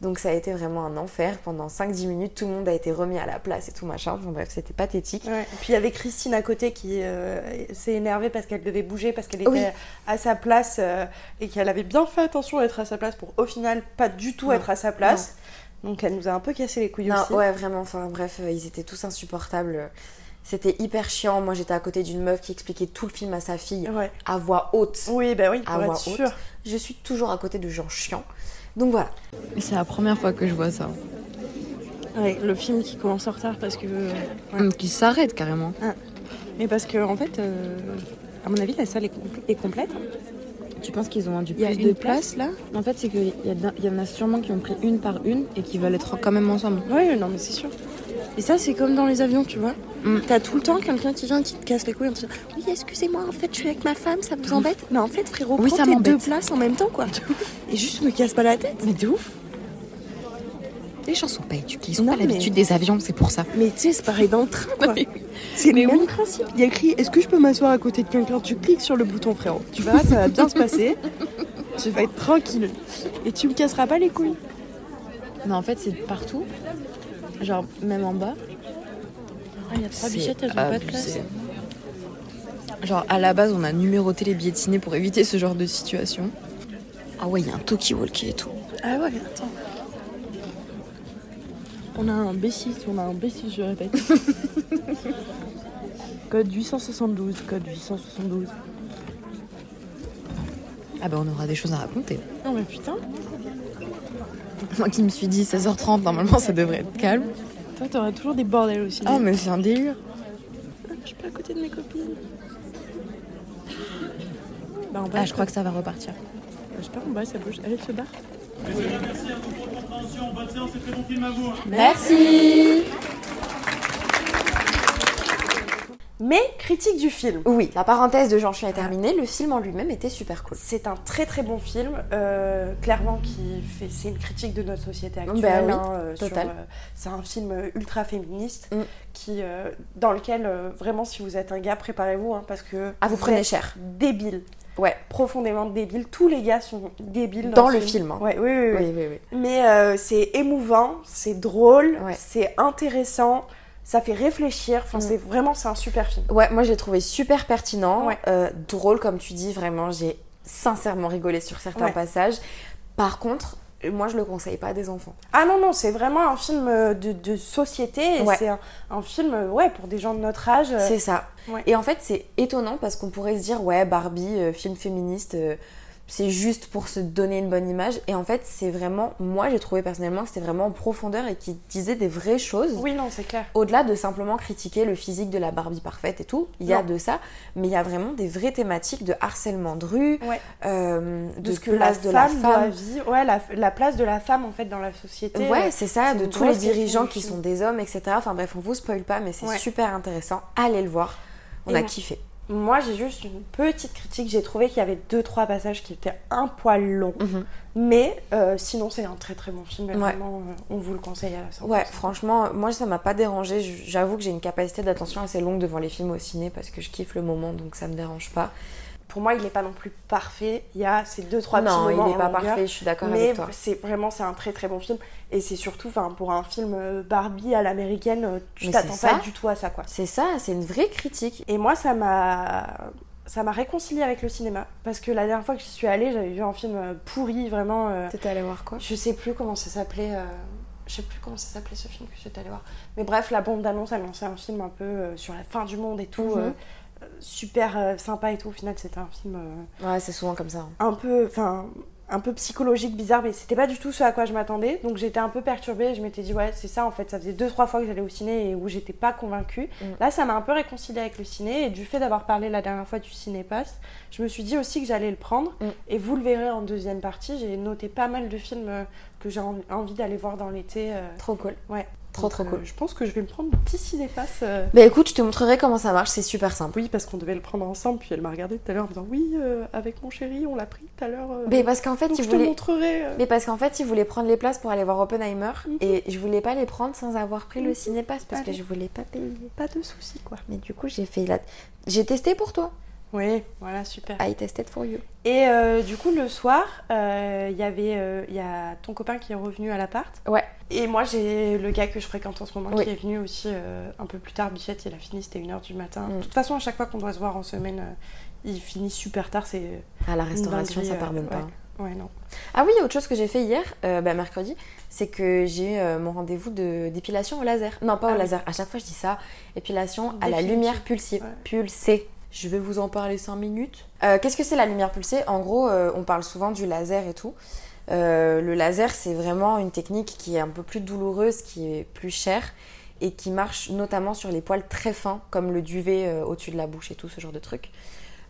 donc ça a été vraiment un enfer pendant 5-10 minutes tout le monde a été remis à la place et tout machin enfin bref c'était pathétique Ouais. Et Puis il y avait Christine à côté qui euh, s'est énervée parce qu'elle devait bouger, parce qu'elle était Oui. à sa place euh, et qu'elle avait bien fait attention à être à sa place pour au final pas du tout Non. être à sa place. Donc elle nous a un peu cassé les couilles Non, aussi. ouais, vraiment. Enfin, bref, euh, ils étaient tous insupportables. C'était hyper chiant. Moi, j'étais à côté d'une meuf qui expliquait tout le film à sa fille Ouais. à voix haute. Oui, bah oui, à pour voix être sûr. haute. Je suis toujours à côté de gens chiants. Donc voilà. C'est la première fois que je vois ça. Ouais, le film qui commence en retard parce que. euh, ouais. Ah. Donc il Hum, s'arrête carrément. Mais parce que, en fait, euh, à mon avis, la salle est, compl- est complète. Tu penses qu'ils ont dû Il y a plus une de place là En fait, c'est qu'il y, a d'un- il y en a sûrement qui ont pris une par une et qui veulent être quand même ensemble. Ouais, non, mais c'est sûr. Et ça, c'est comme dans les avions, tu vois. Hum. T'as tout le temps quelqu'un qui vient, qui te casse les couilles en te disant Oui, excusez-moi, en fait, je suis avec ma femme, ça vous embête Mais en fait, frérot, Oui, prends ça tes m'embête. deux places en même temps, quoi. Et juste me casse pas la tête. Mais de ouf Les gens sont pas éduqués, ils ont Non, pas l'habitude des avions, c'est pour ça. Mais tu sais, c'est pareil dans le train, quoi. C'est le même principe. Il y a écrit Est-ce que je peux m'asseoir à côté de quelqu'un Tu cliques sur le bouton, frérot. Tu verras, ça va bien se passer. Tu vas être tranquille. Et tu me casseras pas les couilles. Mais en fait, c'est partout. Genre, même en bas. Ah, il y a Oh, trois C'est bichettes, elles ont pas de abusé. place. Genre, à la base, on a numéroté les billets de ciné pour éviter ce genre de situation. Ah ouais, il y a un talkie-walkie et tout. Ah ouais, attends. On a un B6, on a un B6, je répète. code 872, code 872. Ah bah, on aura des choses à raconter. Non mais putain, Moi qui me suis dit 16h30, normalement, ça devrait être calme. toi t'auras toujours des bordels aussi. Ah, mais c'est un délire. Je suis pas à côté de mes copines. Bah en bas, Ah, je crois que ça va repartir. Je sais pas, en bas ça bouge. Allez, se barre. Merci Ah, Mais critique du film. Oui, la parenthèse de Jean Chien est terminée. Le film en lui-même était super cool. C'est un très très bon film, euh, clairement qui fait, c'est une critique de notre société actuelle. Ben oui, hein, euh, sur, total. euh, c'est un film euh, ultra féministe Mm. qui, euh, dans lequel euh, vraiment si vous êtes un gars, préparez-vous hein, parce que Ah, vous prenez êtes cher. Débile, Ouais. profondément débile. Tous les gars sont débiles Dans dans, le ce film, hein. Ouais, oui, oui, oui. Oui, oui, oui. Mais euh, c'est émouvant, c'est drôle, Ouais. c'est intéressant, ça fait réfléchir. Enfin, Mm. c'est vraiment c'est un super film. Ouais, moi j'ai trouvé super pertinent, Ouais. euh, drôle comme tu dis, vraiment j'ai sincèrement rigolé sur certains Ouais. passages. Par contre, moi je le conseille pas à des enfants. Ah non, non, c'est vraiment un film euh, de, de société. et Ouais. C'est un, un film euh, ouais, pour des gens de notre âge. euh, C'est ça. ouais. Et en fait, c'est étonnant parce qu'on pourrait se dire, ouais, Barbie, euh, film féministe, euh, c'est juste pour se donner une bonne image. Et en fait, c'est vraiment, moi j'ai trouvé personnellement que c'était vraiment en profondeur et qui disait des vraies choses. Oui, non, c'est clair. Au-delà de simplement critiquer le physique de la Barbie parfaite et tout, il y a Non. de ça, mais il y a vraiment des vraies thématiques de harcèlement de rue, Ouais. euh, de, De ce que la place femme, de la doit femme. vivre, ouais, la, la place de la femme en fait dans la société. Ouais, euh, c'est ça, c'est de une tous les grosse question dirigeants du qui film. sont des hommes, etc. Enfin bref, on vous spoil pas, mais c'est Ouais. super intéressant. Allez le voir. On Et a on- kiffé. Moi, j'ai juste une petite critique. J'ai trouvé qu'il y avait deux trois passages qui étaient un poil longs, mais euh, sinon c'est un très très bon film. et Mhm. Ouais. Vraiment, euh, on vous le conseille à la sortie. Ouais, franchement, moi ça m'a pas dérangé. J- J'avoue que j'ai une capacité d'attention assez longue devant les films au ciné parce que je kiffe le moment donc ça me dérange pas. Pour moi, il n'est pas non plus parfait. Il y a ces deux trois petits Non, il moments n'est en pas longueur, parfait, je suis d'accord mais avec toi. c'est vraiment c'est un très très bon film et c'est surtout, enfin pour un film euh, Barbie à l'américaine, euh, tu Mais t'attends c'est pas ça. du tout à ça quoi. C'est ça, c'est une vraie critique. Et moi, ça m'a ça m'a réconcilié avec le cinéma parce que la dernière fois que j'y suis allée, j'avais vu un film euh, pourri vraiment. euh, T'étais allé voir quoi Je sais plus comment ça s'appelait. euh, Je sais plus comment ça s'appelait ce film que j'étais allée voir. Mais bref, la bande d'annonce annonçait un film un peu euh, sur la fin du monde et tout. Mhm. euh, euh, super euh, sympa et tout. Au final, c'était un film euh, Ouais, c'est souvent comme ça. hein. un peu. Enfin. Un peu psychologique, bizarre, mais c'était pas du tout ce à quoi je m'attendais. Donc j'étais un peu perturbée. Je m'étais dit, ouais, c'est ça en fait. Ça faisait deux, trois fois que j'allais au ciné et où j'étais pas convaincue. Mhm. Là, ça m'a un peu réconciliée avec le ciné. Et du fait d'avoir parlé la dernière fois du cinépass, je me suis dit aussi que j'allais le prendre. Mm. Et vous le verrez en deuxième partie. J'ai noté pas mal de films euh, que j'ai en- envie d'aller voir dans l'été. euh, Trop cool. Ouais. Trop, trop euh, cool. je pense que je vais me prendre le petit cinépass. euh. Bah écoute, je te montrerai comment ça marche, c'est super simple. Oui, parce qu'on devait le prendre ensemble. Puis elle m'a regardé tout à l'heure en me disant Oui, euh, avec mon chéri, on l'a pris tout à l'heure. euh, Mais parce qu'en fait, donc ils je te voulaient- montrerai. euh. Mais parce qu'en fait, ils voulaient prendre les places pour aller voir Oppenheimer et je voulais pas les prendre sans avoir pris le cinépass parce que Allez. je voulais pas payer. Pas de soucis, quoi. Mais du coup, j'ai fait la. J'ai testé pour toi. Oui, voilà, super. I tested for you. Et euh, du coup, le soir, euh, il y avait euh, il y a ton copain qui est revenu à l'appart. Ouais. Et moi, j'ai le gars que je fréquente en ce moment Oui. qui est venu aussi euh, un peu plus tard. Bichette, il a fini, c'était 1h du matin. Mm. De toute façon, à chaque fois qu'on doit se voir en semaine, euh, il finit super tard. C'est. À la une restauration, dinguerie, ça part euh, même pas. ouais. Ouais, non. Ah oui, autre chose que j'ai fait hier, euh, bah, mercredi, c'est que j'ai eu euh, mon rendez-vous de d'épilation au laser. Non, pas Ah au oui. laser. À chaque fois, je dis ça. Épilation à la Définitive. lumière pulsée. Ouais. Pulsée. Je vais vous en parler 5 minutes. Euh, Qu'est-ce que c'est la lumière pulsée En gros, euh, on parle souvent du laser et tout. Euh, le laser, c'est vraiment une technique qui est un peu plus douloureuse, qui est plus chère et qui marche notamment sur les poils très fins, comme le duvet euh, au-dessus de la bouche et tout ce genre de truc.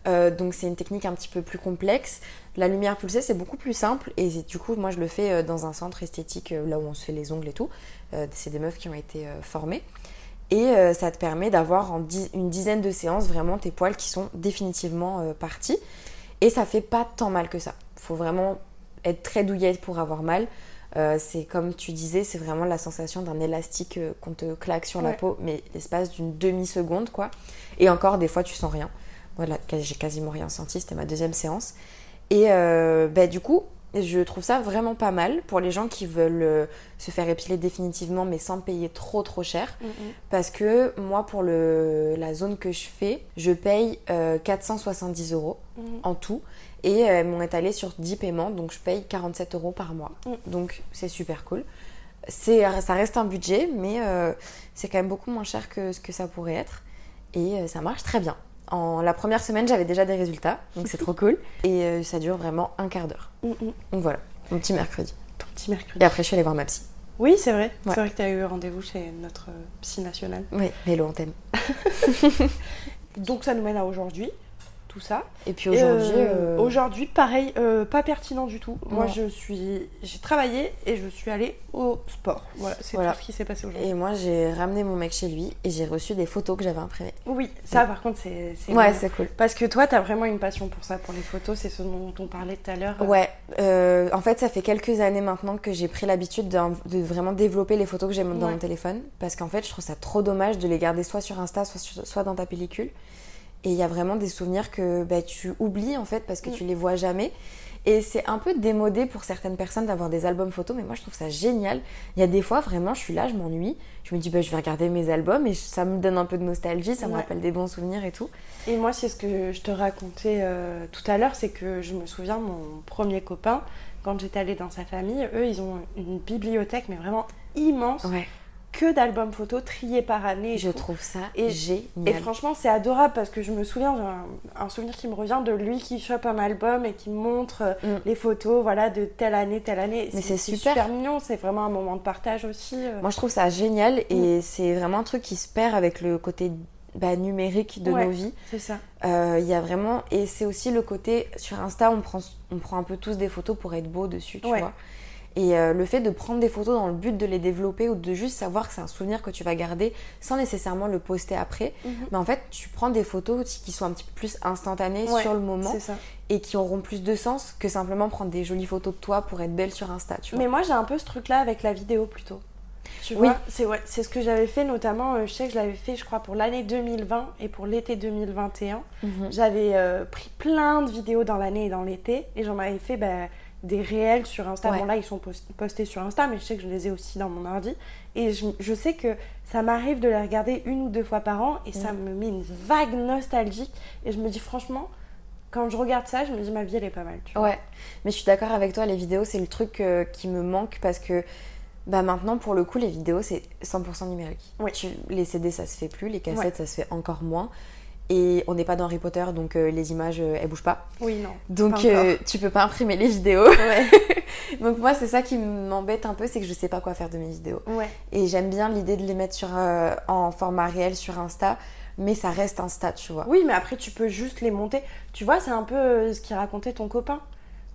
Euh, donc c'est une technique un petit peu plus complexe. La lumière pulsée c'est beaucoup plus simple et c'est- du coup moi je le fais euh, dans un centre esthétique euh, là où on se fait les ongles et tout. Euh, c'est des meufs qui ont été euh, formées et euh, ça te permet d'avoir en dix- une dizaine de séances vraiment tes poils qui sont définitivement euh, partis et ça fait pas tant mal que ça. Faut vraiment être très douillette pour avoir mal. Euh, c'est comme tu disais, c'est vraiment la sensation d'un élastique euh, qu'on te claque sur la Ouais. peau, mais l'espace d'une demi-seconde quoi. Et encore, des fois, tu sens rien. Moi, là, j'ai quasiment rien senti, c'était ma deuxième séance. Et euh, bah, du coup, je trouve ça vraiment pas mal pour les gens qui veulent euh, se faire épiler définitivement, mais sans payer trop trop cher. Parce que moi, pour le, la zone que je fais, je paye euh, 470 euros Mhm. en tout. Et euh, elles m'ont étalé sur 10 paiements, donc je paye 47 euros par mois. Mhm. Donc c'est super cool. C'est, ça reste un budget, mais euh, c'est quand même beaucoup moins cher que ce que ça pourrait être. Et euh, ça marche très bien. En la première semaine, j'avais déjà des résultats, donc c'est trop cool. Et euh, ça dure vraiment un quart d'heure. Mm, mm. Donc voilà, mon petit mercredi. Ton petit mercredi. Et après, je suis allée voir ma psy. Oui, c'est vrai. Ouais. C'est vrai que tu as eu rendez-vous chez notre euh, psy national. Oui, Lélo, on t'aime. Donc ça nous mène à aujourd'hui, tout ça. Et puis Et, aujourd'hui. euh, euh, aujourd'hui, pareil, euh, pas pertinent du tout. Moi, Non. je suis, j'ai travaillé et je suis allée au sport. Voilà, c'est Voilà. tout ce qui s'est passé aujourd'hui. Et moi, j'ai ramené mon mec chez lui et j'ai reçu des photos que j'avais imprimées. Oui, ça, par contre, c'est, c'est Ouais, bien. c'est cool. parce que toi, t'as vraiment une passion pour ça, pour les photos. C'est ce dont on parlait tout à l'heure. Ouais, euh, en fait, ça fait quelques années maintenant que j'ai pris l'habitude d'un- de, vraiment développer les photos que j'ai dans Ouais. mon téléphone. Parce qu'en fait, je trouve ça trop dommage de les garder soit sur Insta, soit, sur- soit dans ta pellicule. Et il y a vraiment des souvenirs que bah, tu oublies en fait parce Mm. que tu les vois jamais. Et c'est un peu démodé pour certaines personnes d'avoir des albums photos, mais moi je trouve ça génial. Il y a des fois vraiment, je suis là, je m'ennuie, je me dis bah, je vais regarder mes albums et ça me donne un peu de nostalgie, ça me Ouais. rappelle des bons souvenirs et tout. Et moi, c'est ce que je te racontais euh, tout à l'heure, c'est que je me souviens, mon premier copain, quand j'étais allée dans sa famille, eux, ils ont une bibliothèque, mais vraiment immense, Ouais, que d'albums photos triés par année. et je tout. trouve ça Et- Et génial. franchement, c'est adorable parce que je me souviens, j'ai un, un souvenir qui me revient de lui qui chope un album et qui montre euh, Mm. les photos voilà, de telle année, telle année. Mais c'est super. mignon, c'est vraiment un moment de partage aussi. euh. Moi, je trouve ça génial Mm. et c'est vraiment un truc qui se perd avec le côté bah, numérique de Ouais. nos vies. c'est ça. Euh, Il y a vraiment. Et c'est aussi le côté. Sur Insta, on prend, on prend un peu tous des photos pour être beau dessus, tu Ouais. vois. Et euh, le fait de prendre des photos dans le but de les développer ou de juste savoir que c'est un souvenir que tu vas garder sans nécessairement le poster après, Mhm. mais en fait, tu prends des photos qui sont un petit peu plus instantanées Ouais, sur le moment c'est ça. et qui auront plus de sens que simplement prendre des jolies photos de toi pour être belle sur Insta, tu vois. Mais moi, j'ai un peu ce truc-là avec la vidéo plutôt. Tu Oui. vois, c'est ouais, c'est ce que j'avais fait notamment, euh, je sais que je l'avais fait, je crois, pour l'année 2020 et pour l'été 2021. Mhm. J'avais euh, pris plein de vidéos dans l'année et dans l'été et j'en avais fait bah, des réels sur Insta. Ouais. Bon, là, ils sont post- postés sur Insta, mais je sais que je les ai aussi dans mon ordi. Et je, je sais que ça m'arrive de les regarder une ou deux fois par an et ça Mhm. me met une vague nostalgique. Et je me dis, franchement, quand je regarde ça, je me dis, ma vie, elle est pas mal. tu vois. Ouais, mais je suis d'accord avec toi, les vidéos, c'est le truc euh, qui me manque parce que bah maintenant, pour le coup, les vidéos, c'est 100% numérique. Tu- les CD, ça se fait plus, les cassettes, ça Ouais. se fait encore moins. Et on n'est pas dans Harry Potter, donc euh, les images, euh, elles bougent pas. Oui, non. Donc Pas encore. euh, tu peux pas imprimer les vidéos. donc moi, c'est ça qui m'embête un peu, c'est que je sais pas quoi faire de mes vidéos. Ouais. Et j'aime bien l'idée de les mettre sur, euh, en format réel sur Insta, mais ça reste Insta, tu vois. Oui, mais après, tu peux juste les monter. Tu vois, c'est un peu euh, ce qu'il racontait ton copain.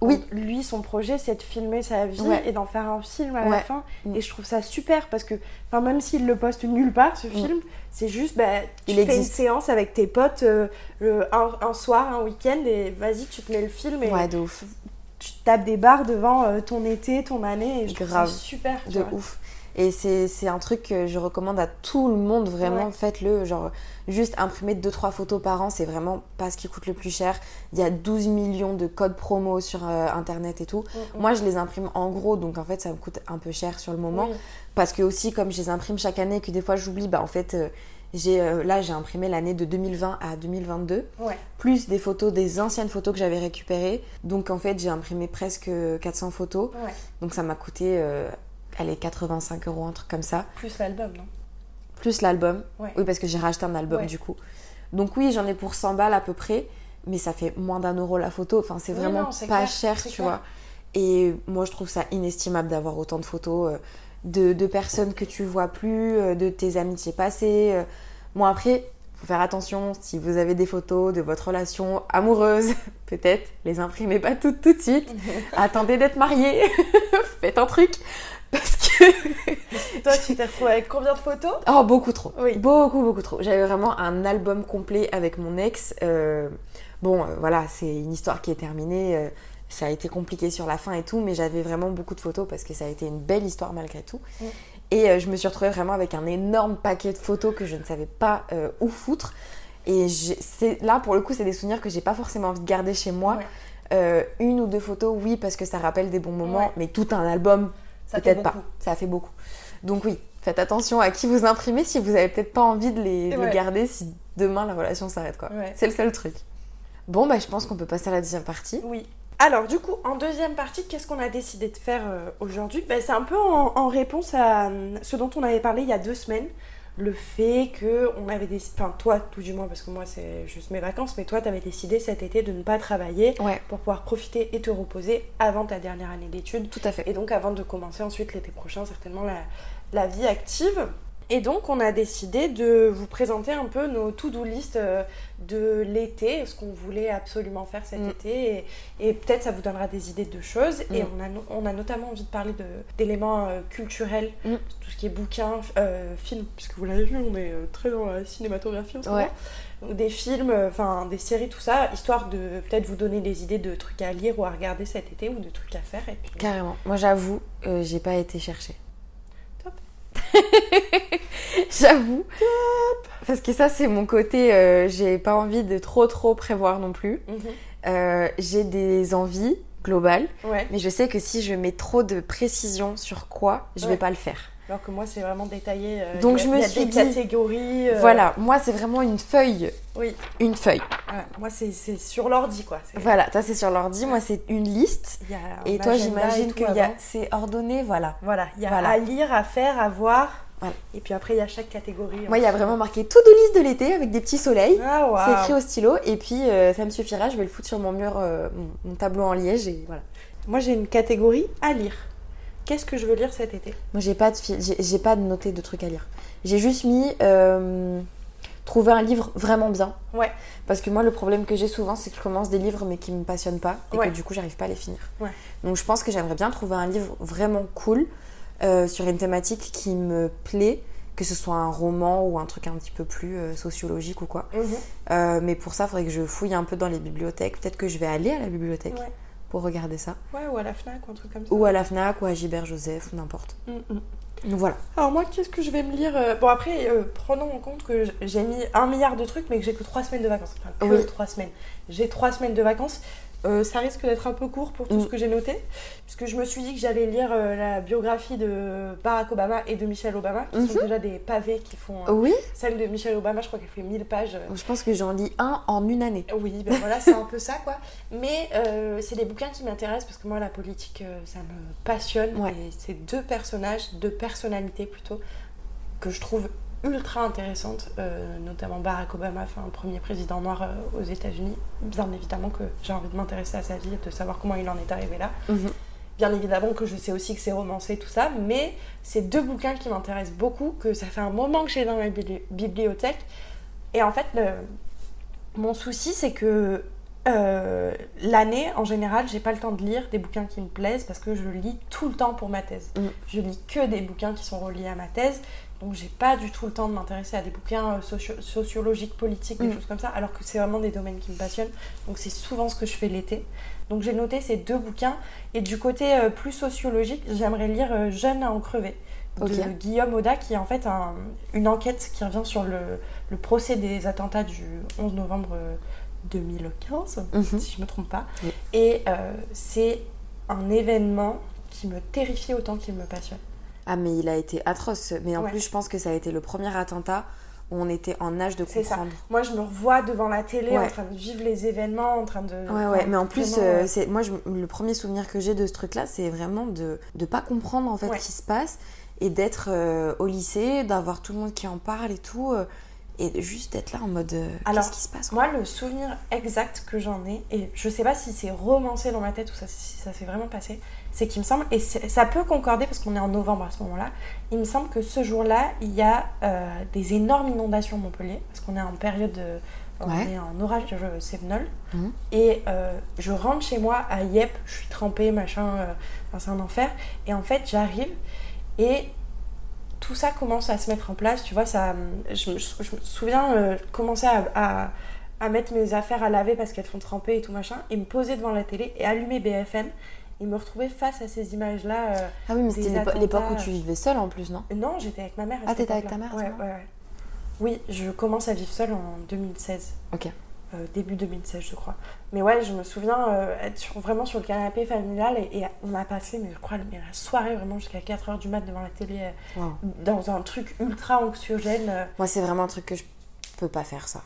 Oui. Lui, son projet, c'est de filmer sa vie Ouais. et d'en faire un film à la Ouais. Mm. fin. Et je trouve ça super parce que, enfin, même s'il le poste nulle part, ce film, c'est juste, bah, tu Mm. Il fais une existe. séance avec tes potes euh, le- un, un soir, un week-end, et vas-y, tu te mets le film et Ouais, de ouf. tu te tapes des barres devant euh, ton été, ton année. Et je trouve ça Grave. super. tu de vois. ouf. Et c'est c'est un truc que je recommande à tout le monde, vraiment, Ouais. faites-le. Genre, juste imprimer 2-3 photos par an, c'est vraiment pas ce qui coûte le plus cher. Il y a 12 millions de codes promo sur euh, internet et tout. Mm, mm. Moi, je les imprime en gros, donc en fait, ça me coûte un peu cher sur le moment. Oui. Parce que, aussi, comme je les imprime chaque année et que des fois j'oublie, bah en fait, euh, j'ai euh, là, j'ai imprimé l'année de 2020 à 2022 Ouais. plus des photos des anciennes photos que j'avais récupérées. Donc en fait, j'ai imprimé presque 400 photos. Ouais. Donc ça m'a coûté euh, allez, 85 euros, un truc comme ça. Plus l'album, hein. non Plus l'album. Ouais. Oui, parce que j'ai racheté un album Ouais. du coup. Donc oui, j'en ai pour 100 balles à peu près, mais ça fait moins d'un euro la photo. Enfin, c'est Oui, vraiment non, c'est pas clair, cher, c'est tu clair. vois. Et moi, je trouve ça inestimable d'avoir autant de photos euh, de, de personnes que tu vois plus, euh, de tes amitiés passées. euh. Bon, après, faut faire attention si vous avez des photos de votre relation amoureuse, peut-être les imprimez pas toutes tout de suite. Attendez d'être marié, faites un truc. Toi, tu t'es retrouvée avec combien de photos Oh, beaucoup trop. Beaucoup, beaucoup trop. J'avais vraiment un album complet avec mon ex. euh, bon, euh, voilà, c'est une histoire qui est terminée. euh, ça a été compliqué sur la fin et tout, mais j'avais vraiment beaucoup de photos parce que ça a été une belle histoire malgré tout. Mm. Et euh, je me suis retrouvée vraiment avec un énorme paquet de photos que je ne savais pas euh, où foutre. Et j'ai- c'est- là, pour le coup, c'est des souvenirs que j'ai pas forcément envie de garder chez moi. Euh, une ou deux photos, oui, parce que ça rappelle des bons moments, Ouais. mais tout un album, Ça fait peut-être pas. beaucoup. Ça fait beaucoup. Donc oui, faites attention à qui vous imprimez si vous avez peut-être pas envie de les, Et les ouais. garder si demain la relation s'arrête quoi. Ouais. C'est le seul truc. Bon bah je pense qu'on peut passer à la deuxième partie. Oui. Alors du coup, en deuxième partie, qu'est-ce qu'on a décidé de faire euh, aujourd'hui Ben, C'est un peu en, en réponse à euh, ce dont on avait parlé il y a deux semaines. Le fait que on avait décidé, enfin toi tout du moins parce que moi c'est juste mes vacances, mais toi t'avais décidé cet été de ne pas travailler pour pouvoir profiter et te reposer avant ta dernière année d'études. Tout à fait. Et donc avant de commencer ensuite l'été prochain certainement la, la vie active. Et donc on a décidé de vous présenter un peu nos to-do list euh, de l'été, ce qu'on voulait absolument faire cet été. Et, et peut-être ça vous donnera des idées de choses. Et Mm. on a, no- on a notamment envie de parler de- d'éléments euh, culturels, tout ce qui est bouquins, f- euh, films, puisque vous l'avez vu, on est euh, très dans la cinématographie en ce Ouais. moment. Donc des films, euh, enfin des séries, tout ça, histoire de peut-être vous donner des idées de trucs à lire ou à regarder cet été ou de trucs à faire. Et puis, Carrément. Moi j'avoue, euh, j'ai pas été chercher. Top. j'avoue. Parce que ça c'est mon côté, euh, j'ai pas envie de trop trop prévoir non plus. Mhm. Euh, j'ai des envies globales, Ouais. mais je sais que si je mets trop de précision sur quoi, je Ouais. vais pas le faire. Alors que moi c'est vraiment détaillé. euh, Donc il y a- je me il y a suis des dit, catégories. euh, Voilà, moi c'est vraiment une feuille. Oui. Une feuille. Voilà, moi, c'est c'est sur l'ordi, quoi. C'est- Voilà, toi c'est sur l'ordi, moi c'est une liste. Il y a un Et toi agenda j'imagine Bah, et tout que y a- avant. c'est ordonné, voilà. Voilà, il y a Voilà. à lire, à faire, à voir. Voilà. Et puis après, il y a chaque catégorie. Moi il y a ensuite. vraiment marqué to-do list de l'été avec des petits soleils. Ah, waouh. C'est écrit au stylo et puis euh, ça me suffira, je vais le foutre sur mon mur, euh, mon, mon tableau en liège et voilà. Moi j'ai une catégorie à lire. Qu'est-ce que je veux lire cet été Moi j'ai pas de fil- j'ai j'ai pas de noté de trucs à lire. J'ai juste mis euh, trouver un livre vraiment bien. Ouais. Parce que moi, le problème que j'ai souvent, c'est que je commence des livres mais qui me passionnent pas et Ouais. que du coup, j'arrive pas à les finir. Ouais. Donc, je pense que j'aimerais bien trouver un livre vraiment cool euh, sur une thématique qui me plaît, que ce soit un roman ou un truc un petit peu plus euh, sociologique ou quoi. Mhm. Euh, mais pour ça, il faudrait que je fouille un peu dans les bibliothèques. Peut-être que je vais aller à la bibliothèque Ouais. pour regarder ça. Ouais, ou à la Fnac ou un truc comme ça. Ou à la FNAC, ou à Gilbert Joseph, ou n'importe. Mm, mm. Donc voilà. Alors moi, qu'est-ce que je vais me lire euh, Bon après, euh, prenons en compte que j- j'ai mis un milliard de trucs, mais que j'ai que trois semaines de vacances. Enfin, que Oui. trois semaines. J'ai trois semaines de vacances. Euh, ça risque d'être un peu court pour tout Mm. ce que j'ai noté, puisque je me suis dit que j'allais lire euh, la biographie de Barack Obama et de Michelle Obama, qui sont Mhm. Oh. déjà des pavés qui font. euh, Oui. Celle de Michelle Obama, je crois qu'elle fait 1000 pages. euh, Je pense que j'en lis un en une année. oui, ben voilà, c'est un peu ça, quoi. Mais euh, c'est des bouquins qui m'intéressent parce que moi, la politique, euh, ça me passionne. Et c'est deux personnages, deux personnalités plutôt, que je trouve ultra intéressantes, euh, notamment Barack Obama, enfin, premier président noir euh, aux États-Unis. Bien évidemment que j'ai envie de m'intéresser à sa vie et de savoir comment il en est arrivé là. Mhm. Bien évidemment que je sais aussi que c'est romancé, tout ça, mais c'est deux bouquins qui m'intéressent beaucoup, que ça fait un moment que j'ai dans ma bibli- bibliothèque. Et en fait, le- mon souci, c'est que euh, l'année, en général, j'ai pas le temps de lire des bouquins qui me plaisent parce que je lis tout le temps pour ma thèse. Mm. Je lis que des bouquins qui sont reliés à ma thèse, donc j'ai pas du tout le temps de m'intéresser à des bouquins euh, socio- sociologiques, politiques, des Mm. choses comme ça, alors que c'est vraiment des domaines qui me passionnent. Donc c'est souvent ce que je fais l'été. Donc j'ai noté ces deux bouquins. Et du côté euh, plus sociologique, j'aimerais lire euh, Jeune à en crever de Ok. Guillaume Oda, qui est en fait un- une enquête qui revient sur le, le procès des attentats du 11 novembre euh, 2015, si je me trompe pas. Mhm. Oui. Et euh, c'est un événement qui me terrifie autant qu'il me passionne. Ah, mais il a été atroce. Mais en Ouais. plus, je pense que ça a été le premier attentat où on était en âge de C'est ça. comprendre. Moi, je me revois devant la télé en Ouais. train de vivre les événements, en train de. Ouais, enfin, ouais, mais en plus, vraiment, euh, ouais. c'est moi, je- le premier souvenir que j'ai de ce truc-là, c'est vraiment de ne pas comprendre en fait Ouais. ce qui se passe et d'être euh, au lycée, d'avoir tout le monde qui en parle et tout, euh, et de- juste d'être là en mode euh, Alors, qu'est-ce qui se passe moi, le souvenir exact que j'en ai, et je sais pas si c'est romancé dans ma tête ou ça, si ça s'est vraiment passé, c'est qu'il me semble, et c'est- ça peut concorder parce qu'on est en novembre à ce moment-là, il me semble que ce jour-là, il y a euh, des énormes inondations à Montpellier, parce qu'on est en période. de- on Ouais. est en orage de Sévenol. Mhm. Et euh, je rentre chez moi à Yep, je suis trempée, machin, euh, enfin, c'est un enfer. Et en fait, j'arrive et tout ça commence à se mettre en place. Tu vois, ça, je, me- je me souviens euh, commencer à, à- à mettre mes affaires à laver parce qu'elles font tremper et tout machin, et me poser devant la télé et allumer BFM et me retrouver face à ces images-là. euh, Ah oui, mais des c'était l'épo- l'époque où attentats. tu vivais seule en plus, non Non, j'étais avec ma mère. à Ah, cette t'étais avec époque-là. ta mère à ce ouais, ouais, ouais. Oui, je commence à vivre seule en 2016. Ok. Euh, début 2016, je crois. Mais ouais, je me souviens euh, être sur- vraiment sur le canapé familial et, et on a passé, mais je crois, mais la soirée vraiment jusqu'à 4h du mat devant la télé, euh, Wow. dans un truc ultra anxiogène. euh. Moi, c'est vraiment un truc que je peux pas faire ça.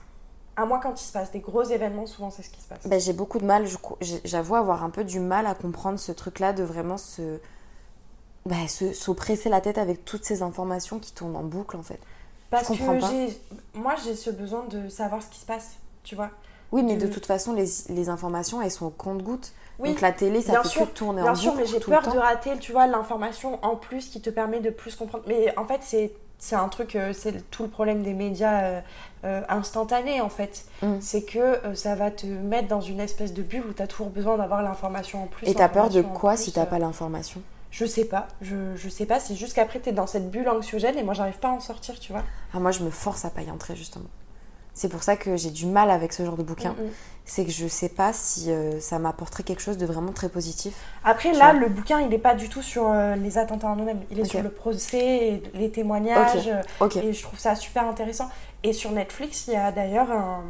À moi, quand il se passe des gros événements, souvent c'est ce qui se passe. Ben, j'ai beaucoup de mal, je cou- j'ai- j'avoue avoir un peu du mal à comprendre ce truc-là, de vraiment se... ben, se, se presser la tête avec toutes ces informations qui tournent en boucle en fait. Parce je comprends que pas. j'ai- moi, j'ai ce besoin de savoir ce qui se passe, tu vois. Oui, mais de de- toute façon, les, les informations, elles sont au compte-gouttes. Oui, Donc la télé, ça bien fait sûr, que tourner bien en sûr, boucle mais j'ai tout peur le temps. de rater, tu vois, l'information en plus qui te permet de plus comprendre. Mais en fait, c'est c'est un truc, euh, c'est tout le problème des médias euh, euh, instantanés en fait. Mm. C'est que euh, ça va te mettre dans une espèce de bulle où t'as toujours besoin d'avoir l'information en plus. Et t'as peur de l'information en quoi plus, si t'as euh, pas l'information Je sais pas, je, je sais pas, c'est juste qu'après t'es dans cette bulle anxiogène et moi j'arrive pas à en sortir, tu vois. Ah, moi, je me force à pas y entrer, justement. C'est pour ça que j'ai du mal avec ce genre de bouquin. Mm, mm. C'est que je sais pas si euh, ça m'apporterait quelque chose de vraiment très positif. Après, Tu là, vois. le bouquin, il n'est pas du tout sur euh, les attentats en eux-mêmes. Il est Ok. sur le procès, et les témoignages. euh, Ok. Et je trouve ça super intéressant. Et sur Netflix, il y a d'ailleurs un,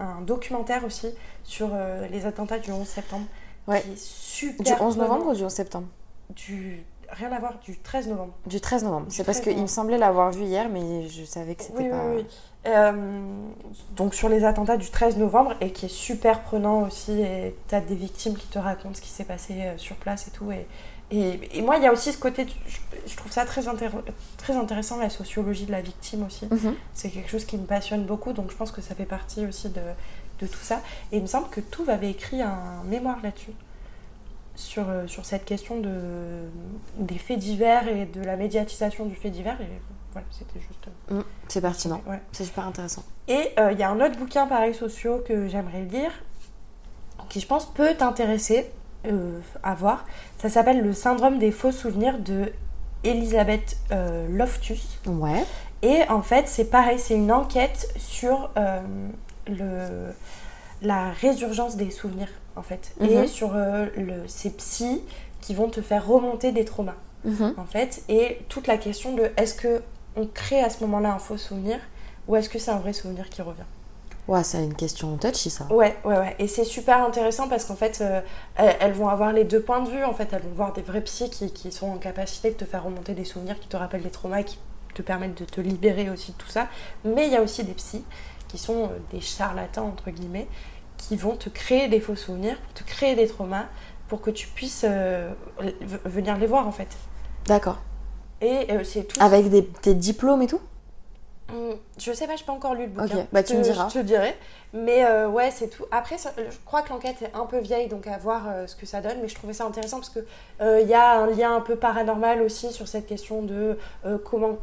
un documentaire aussi sur euh, les attentats du 11 septembre. Ouais. Qui est super. Du 11 prenant. novembre ou du 11 septembre du... Rien à voir, du 13 novembre. Du 13 novembre. C'est parce 13 qu'il me novembre. semblait l'avoir vu hier, mais je savais que c'était Oui, pas. oui, oui. Euh, donc sur les attentats du 13 novembre et qui est super prenant aussi. Et t'as des victimes qui te racontent ce qui s'est passé euh, sur place et tout. Et, et, et moi, il y a aussi ce côté, je, je trouve ça très, intér- très intéressant, la sociologie de la victime aussi. Mhm. C'est quelque chose qui me passionne beaucoup, donc je pense que ça fait partie aussi de, de tout ça. Et il me semble que Touve avait écrit un mémoire là-dessus. sur, euh, sur cette question de, des faits divers et de la médiatisation du fait divers. Et voilà, c'était juste. euh, Mm, c'est pertinent. Ouais. C'est super intéressant. Et euh, il y a un autre bouquin, pareil, sociaux, que j'aimerais lire, qui je pense peut t'intéresser euh, à voir. Ça s'appelle Le syndrome des faux souvenirs de Elisabeth euh, Loftus. Ouais. Et en fait, c'est pareil, c'est une enquête sur euh, le, la résurgence des souvenirs, en fait. Mhm. Et sur euh, le, ces psys qui vont te faire remonter des traumas en fait, et toute la question de est-ce que on crée à ce moment-là un faux souvenir ou est-ce que c'est un vrai souvenir qui revient Ouais, c'est une question touchy ça. Ouais, ouais, ouais. Et c'est super intéressant parce qu'en fait, euh, elles, elles vont avoir les deux points de vue. En fait, elles vont voir des vrais psys qui, qui sont en capacité de te faire remonter des souvenirs qui te rappellent des traumas et qui te permettent de te libérer aussi de tout ça. Mais il y a aussi des psys qui sont euh, des charlatans, entre guillemets, qui vont te créer des faux souvenirs, te créer des traumas pour que tu puisses euh, v- venir les voir, en fait. D'accord. Et euh, c'est tout. Avec des, tes diplômes et tout Hum, Je sais pas, j'ai pas encore lu le Ok, bouquin. bah, tu Je- me diras. Je te dirai. Mais euh, ouais, c'est tout. Après, ça- je crois que l'enquête est un peu vieille, donc à voir euh, ce que ça donne. Mais je trouvais ça intéressant parce que euh, il y a un lien un peu paranormal aussi sur cette question de euh, comment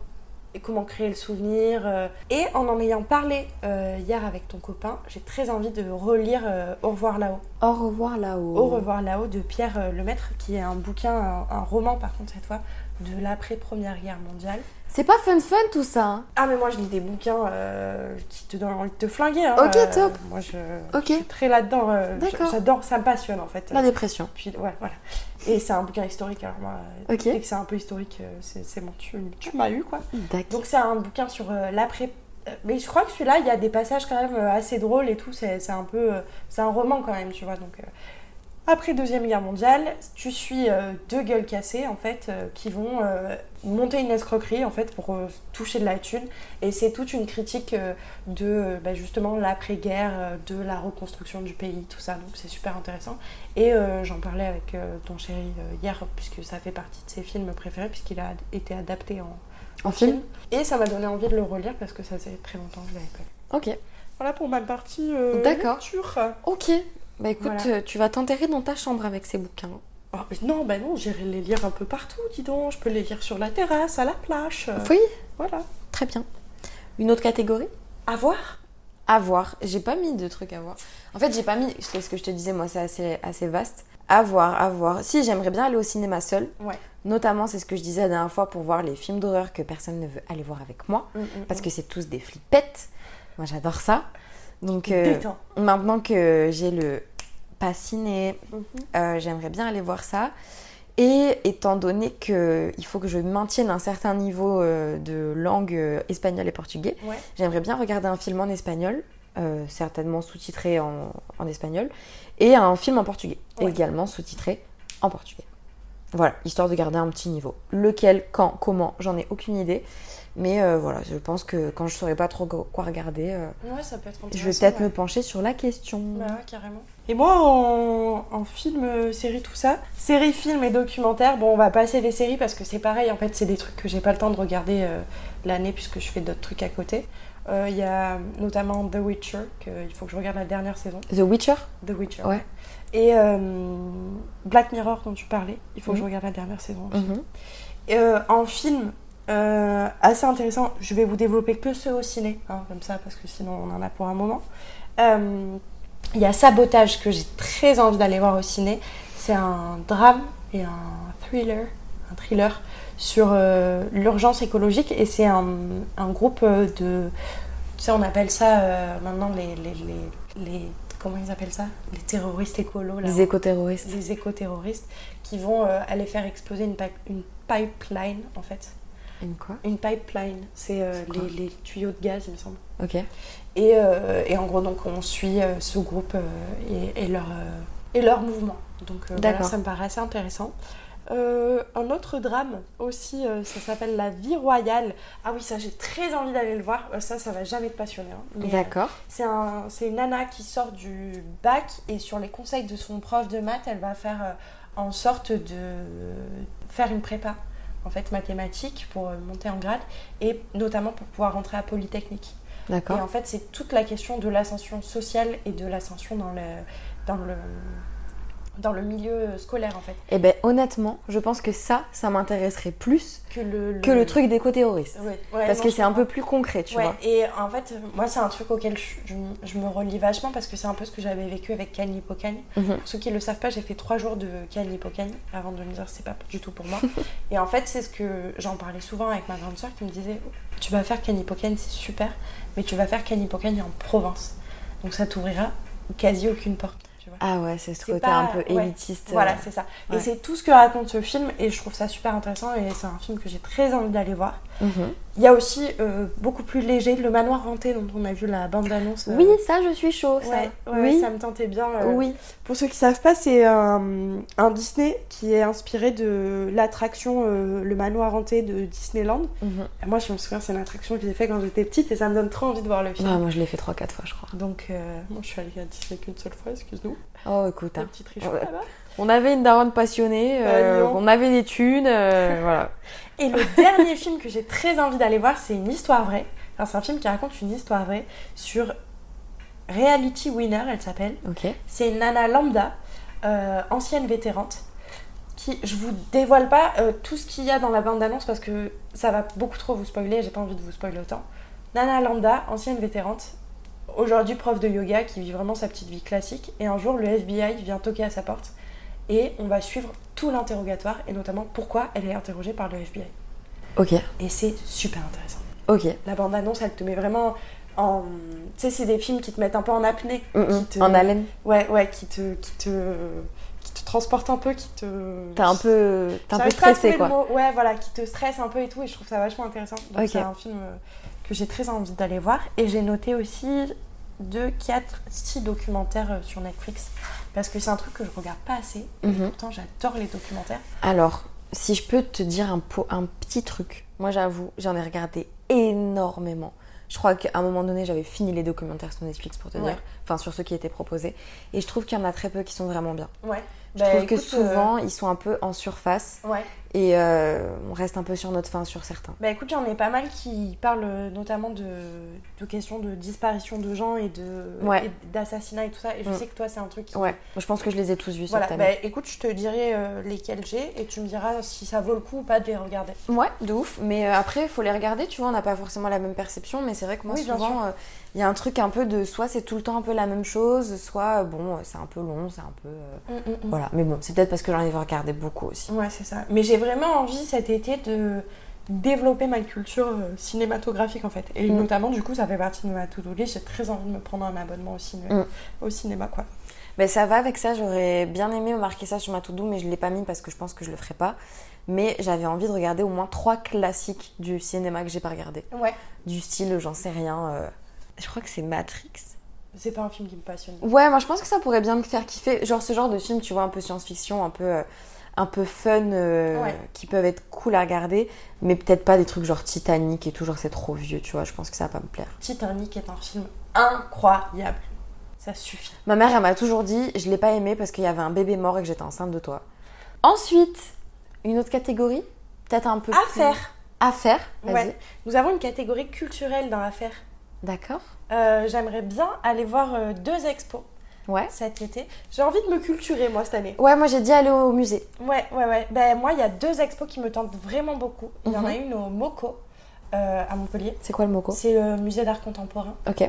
et comment créer le souvenir. euh. Et en en ayant parlé euh, hier avec ton copain, j'ai très envie de relire euh, Au revoir là-haut. Au revoir là-haut. Au revoir là-haut de Pierre euh, Lemaître, qui est un bouquin, un, un roman par contre cette fois, de l'après-première guerre mondiale. C'est pas fun fun tout ça. hein. Ah mais moi je lis des bouquins euh, qui te donnent envie de te flinguer. hein. Ok, Euh, top. moi je, Ok. je suis très là-dedans. euh, j- D'accord. J'adore, ça me passionne en fait. La dépression. Puis ouais, voilà. Et c'est un bouquin historique alors moi. euh, Ok. Dès que c'est un peu historique, euh, c'est c'est bon. Tu, tu m'as eu quoi. D'accord. Donc c'est un bouquin sur euh, l'après. euh, Mais je crois que celui-là, il y a des passages quand même euh, assez drôles et tout. C'est c'est un peu, euh, c'est un roman quand même, tu vois. Donc euh, après Deuxième Guerre mondiale, tu suis euh, deux gueules cassées en fait euh, qui vont euh, monter une escroquerie en fait pour euh, toucher de la thune. Et c'est toute une critique euh, de euh, bah, justement l'après-guerre, euh, de la reconstruction du pays, tout ça. Donc c'est super intéressant. Et euh, j'en parlais avec euh, ton chéri euh, hier puisque ça fait partie de ses films préférés puisqu'il a été adapté en En film et ça m'a donné envie de le relire parce que ça faisait très longtemps que je l'avais pas lu. Ok. Voilà pour ma partie euh, D'accord. lecture. Ok. Bah écoute, Voilà. euh, tu vas t'enterrer dans ta chambre avec ces bouquins. Oh, mais non, bah non, j'irai les lire un peu partout, dis donc. Je peux les lire sur la terrasse, à la plage. euh, Oui, Voilà. très bien. Une autre catégorie À voir À voir. J'ai pas mis de trucs à voir. En fait, j'ai pas mis. C'est ce que je te disais, moi, c'est assez, assez vaste. À voir, à voir. Si, j'aimerais bien aller au cinéma seule. Ouais. Notamment, c'est ce que je disais la dernière fois pour voir les films d'horreur que personne ne veut aller voir avec moi. Mm, Parce que c'est tous des flippettes. Moi, j'adore ça. Donc, euh, Détends. maintenant que j'ai le pas ciné, Mhm. euh, j'aimerais bien aller voir ça. Et étant donné que il faut que je maintienne un certain niveau euh, de langue euh, espagnole et portugais, Ouais. j'aimerais bien regarder un film en espagnol, euh, certainement sous-titré en, en espagnol, et un film en portugais, Ouais. également sous-titré en portugais. Voilà, histoire de garder un petit niveau. Lequel, quand, comment, j'en ai aucune idée. Mais euh, voilà, je pense que quand je saurai pas trop quoi regarder, euh, Ouais, ça peut être je intéressant. vais peut-être ouais. me pencher sur la question. Bah ouais, carrément. Et moi, en, en film, euh, série, tout ça, série, film et documentaire, bon, on va passer les séries parce que c'est pareil, en fait, c'est des trucs que j'ai pas le temps de regarder euh, l'année puisque je fais d'autres trucs à côté. Euh, Il y a notamment The Witcher, qu'il faut que je regarde la dernière saison. The Witcher The Witcher. Ouais. Et euh, Black Mirror dont tu parlais, il faut que je Mhm. regarde la dernière saison. aussi. Mhm. Euh, en film, euh, assez intéressant, je vais vous développer que ceux au ciné, hein, comme ça, parce que sinon on en a pour un moment. Euh, Il y a Sabotage que j'ai très envie d'aller voir au ciné. C'est un drame et un thriller, un thriller sur euh, l'urgence écologique et c'est un, un groupe euh, de... Tu sais, on appelle ça euh, maintenant les, les, les, les- Comment ils appellent ça Les terroristes écolos. là. Les écoterroristes. Les écoterroristes qui vont euh, aller faire exploser une, pipe- une pipeline, en fait. Une quoi Une pipeline, c'est euh, quoi les, les tuyaux de gaz, il me semble. Ok. Et, euh, et en gros, donc, on suit euh, ce groupe euh, et, et leur, euh, et leur mouvement. Donc, euh, voilà, D'accord. ça me paraît assez intéressant. Euh, un autre drame aussi, euh, ça s'appelle La vie royale. Ah oui, ça, j'ai très envie d'aller le voir. Euh, Ça, ça va jamais te passionner. hein. Mais, euh, D'accord. c'est un- c'est une nana qui sort du bac et sur les conseils de son prof de maths, elle va faire euh, en sorte de faire une prépa en fait mathématiques pour euh, monter en grade et notamment pour pouvoir rentrer à Polytechnique. Et en D'accord. fait, c'est toute la question de l'ascension sociale et de l'ascension dans le, dans le dans le milieu euh, scolaire en fait. Et ben honnêtement, je pense que ça, ça m'intéresserait plus Que le, que le truc des co-terroristes. Ouais, ouais, parce non, que je c'est un peu plus concret, tu ouais, vois. Et en fait, moi, c'est un truc auquel je, je m- je me relie vachement parce que c'est un peu ce que j'avais vécu avec Kanye Pokani. Mhm. Pour ceux qui ne le savent pas, j'ai fait trois jours de Kanye Pokani avant de me dire c'est pas du tout pour moi. et en fait, c'est ce que j'en parlais souvent avec ma grande soeur qui me disait Tu vas faire Kanye Pokani, c'est super, mais tu vas faire Kanye Pokani en province. Donc ça t'ouvrira quasi aucune porte. tu vois. Ah ouais, c'est ce C'est côté pas- un peu ouais, élitiste. Voilà, euh, c'est ça. Et ouais. c'est tout ce que raconte ce film et je trouve ça super intéressant et c'est un film que j'ai très envie d'aller voir. Mhm. Il y a aussi euh, beaucoup plus léger le manoir hanté dont on a vu la bande-annonce. euh, Oui, ça, je suis chaud. Ça. ouais, ouais, oui. ça me tentait bien. euh. Oui. Pour ceux qui savent pas, c'est un, un Disney qui est inspiré de l'attraction euh, Le Manoir Hanté de Disneyland. Mhm. Moi, je me souviens, c'est une attraction que j'ai fait quand j'étais petite et ça me donne trop envie de voir le film. Ouais, moi, je l'ai fait 3-4 fois, je crois. Donc, euh, Moi, je suis allée à Disney qu'une seule fois, excuse-nous. Oh, écoute. Un hein. petit trichon Ouais. là-bas. On avait une daronne passionnée, euh, Bah, non. on avait des thunes, euh, voilà. Et le dernier film que j'ai très envie d'aller voir, c'est une histoire vraie. Enfin, c'est un film qui raconte une histoire vraie sur Reality Winner, elle s'appelle. Ok. C'est une nana lambda, euh, ancienne vétérante, qui, je vous dévoile pas euh, tout ce qu'il y a dans la bande-annonce parce que ça va beaucoup trop vous spoiler, j'ai pas envie de vous spoiler autant. Nana lambda, ancienne vétérante, aujourd'hui prof de yoga qui vit vraiment sa petite vie classique, et un jour le FBI vient toquer à sa porte et on va suivre tout l'interrogatoire et notamment pourquoi elle est interrogée par le FBI. Ok, Et c'est super intéressant. ok. La bande-annonce, elle te met vraiment en. Tu sais, c'est des films qui te mettent un peu en apnée. Mm, mm. qui te- En haleine, Ouais, ouais, qui te, qui te, qui te transporte un peu, qui te. t'es un peu, t'es un peu J'arrive pas à stressé trouver quoi. le mot. Ouais, voilà, qui te stresse un peu et tout, et je trouve ça vachement intéressant. Donc Ok. c'est un film euh, que j'ai très envie d'aller voir. Et j'ai noté aussi 2, 4, 6 documentaires euh, sur Netflix. Parce que c'est un truc que je regarde pas assez. et Mhm. Pourtant, j'adore les documentaires. Alors, si je peux te dire un, po- un petit truc, moi j'avoue, j'en ai regardé énormément. Je crois qu'à un moment donné, j'avais fini les documentaires sur Netflix pour te Ouais. dire, enfin sur ceux qui étaient proposés, et je trouve qu'il y en a très peu qui sont vraiment bien. Ouais. Je trouve que souvent, ils sont un peu en surface Bah, euh, Ouais. et euh, on reste un peu sur notre fin sur certains. Bah écoute, j'en ai pas mal qui parlent euh, notamment de, de questions de disparition de gens et de Ouais. et d'assassinats et tout ça. Et je Mm. sais que toi, c'est un truc qui. Ouais, je pense que je les ai tous vus Voilà, sur ta bah écoute, je te dirai euh, lesquels j'ai et tu me diras si ça vaut le coup ou pas de les regarder. Ouais, de ouf. Mais euh, après, il faut les regarder, tu vois, on n'a pas forcément la même perception, mais c'est vrai que moi, Oui, bien souvent, euh, il y a un truc un peu de soit c'est tout le temps un peu la même chose, soit euh, bon, euh, c'est un peu long, c'est un peu. euh, Voilà, mais bon, c'est peut-être parce que j'en ai regardé beaucoup aussi. Ouais, c'est ça. Mais j'ai vraiment envie cet été de développer ma culture euh, cinématographique en fait. Et Mm. notamment, du coup, ça fait partie de ma to-do list. J'ai très envie de me prendre un abonnement au, ciné- Mm. au cinéma, quoi. Mais ça va avec ça, j'aurais bien aimé marquer ça sur ma to-do, mais je ne l'ai pas mis parce que je pense que je le ferai pas. Mais j'avais envie de regarder au moins trois classiques du cinéma que j'ai pas regardé. Ouais. Du style, j'en sais rien. euh, Je crois que c'est Matrix. C'est pas un film qui me passionne. Ouais, moi je pense que ça pourrait bien me faire kiffer. Genre ce genre de film, tu vois, un peu science-fiction, un peu, euh, un peu fun, euh, Ouais. qui peuvent être cool à regarder, mais peut-être pas des trucs genre Titanic et tout, genre c'est trop vieux, tu vois, je pense que ça va pas me plaire. Titanic est un film incroyable. Ça suffit. Ma mère, elle m'a toujours dit, je l'ai pas aimé parce qu'il y avait un bébé mort et que j'étais enceinte de toi. Ensuite, une autre catégorie, peut-être un peu plus- Affaires. À faire, vas-y. Ouais. Nous avons une catégorie culturelle dans l'affaire. D'accord. Euh, J'aimerais bien aller voir euh, deux expos Ouais. cet été. J'ai envie de me culturer moi cette année. Ouais, moi j'ai dit aller au musée. Ouais, ouais, ouais. Ben moi, il y a deux expos qui me tentent vraiment beaucoup. Il y en Mhm. a une au MoCo euh, à Montpellier. C'est quoi le moco C'est le musée d'art contemporain. Ok.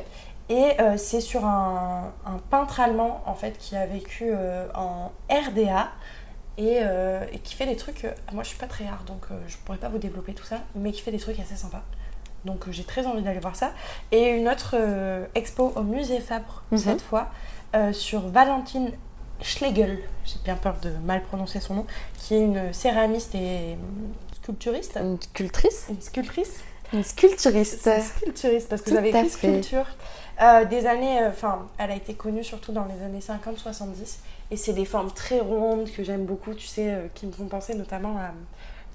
Et euh, c'est sur un, un peintre allemand en fait qui a vécu euh, en RDA et, euh, et qui fait des trucs. euh, moi je suis pas très art donc euh, je pourrais pas vous développer tout ça, mais qui fait des trucs assez sympas. Donc euh, j'ai très envie d'aller voir ça. Et une autre euh, expo au musée Fabre Mhm. cette fois euh, sur Valentine Schlegel, j'ai bien peur de mal prononcer son nom, qui est une céramiste et hum, sculpturiste. Une sculptrice Une sculptrice Une sculpturiste. c'est une sculpturiste parce que Tout j'avais à écrit fait. sculpture. Euh, des années, euh, enfin, elle a été connue surtout dans les années 50-70 et c'est des formes très rondes que j'aime beaucoup, tu sais, euh, qui me font penser notamment à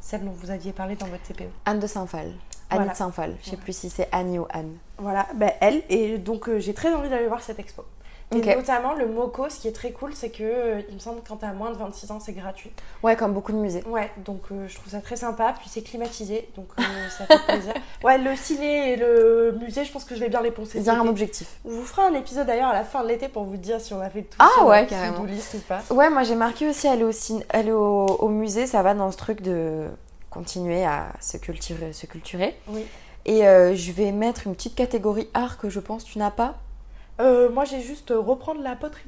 celle dont vous aviez parlé dans votre E. TPE. Anne de Saint-Phal. Anne Voilà. de Saint-Phal. Je sais plus si c'est Annie ou Anne. Bah, Voilà, ben elle, et donc euh, j'ai très envie d'aller voir cette expo. Et notamment le MoCo, ce qui est très cool, c'est que euh, il me semble quand t'as moins de 26 ans, c'est gratuit. Ouais, comme beaucoup de musées. Ouais, donc euh, je trouve ça très sympa. Puis c'est climatisé, donc euh, ça fait plaisir. Ouais, le ciné et le musée, je pense que je vais bien les poncer. C'est bien un objectif. Je vous ferai un épisode d'ailleurs à la fin de l'été pour vous dire si on a fait tout Ah sur ouais, notre carrément. to-do list ou pas. Ouais, moi j'ai marqué aussi aller au, cin- aller au, au musée, ça va dans ce truc de continuer à se cultiver, se culturer. Oui. Et euh, je vais mettre une petite catégorie art que je pense tu n'as pas. Euh, moi, j'ai juste euh, reprendre la poterie.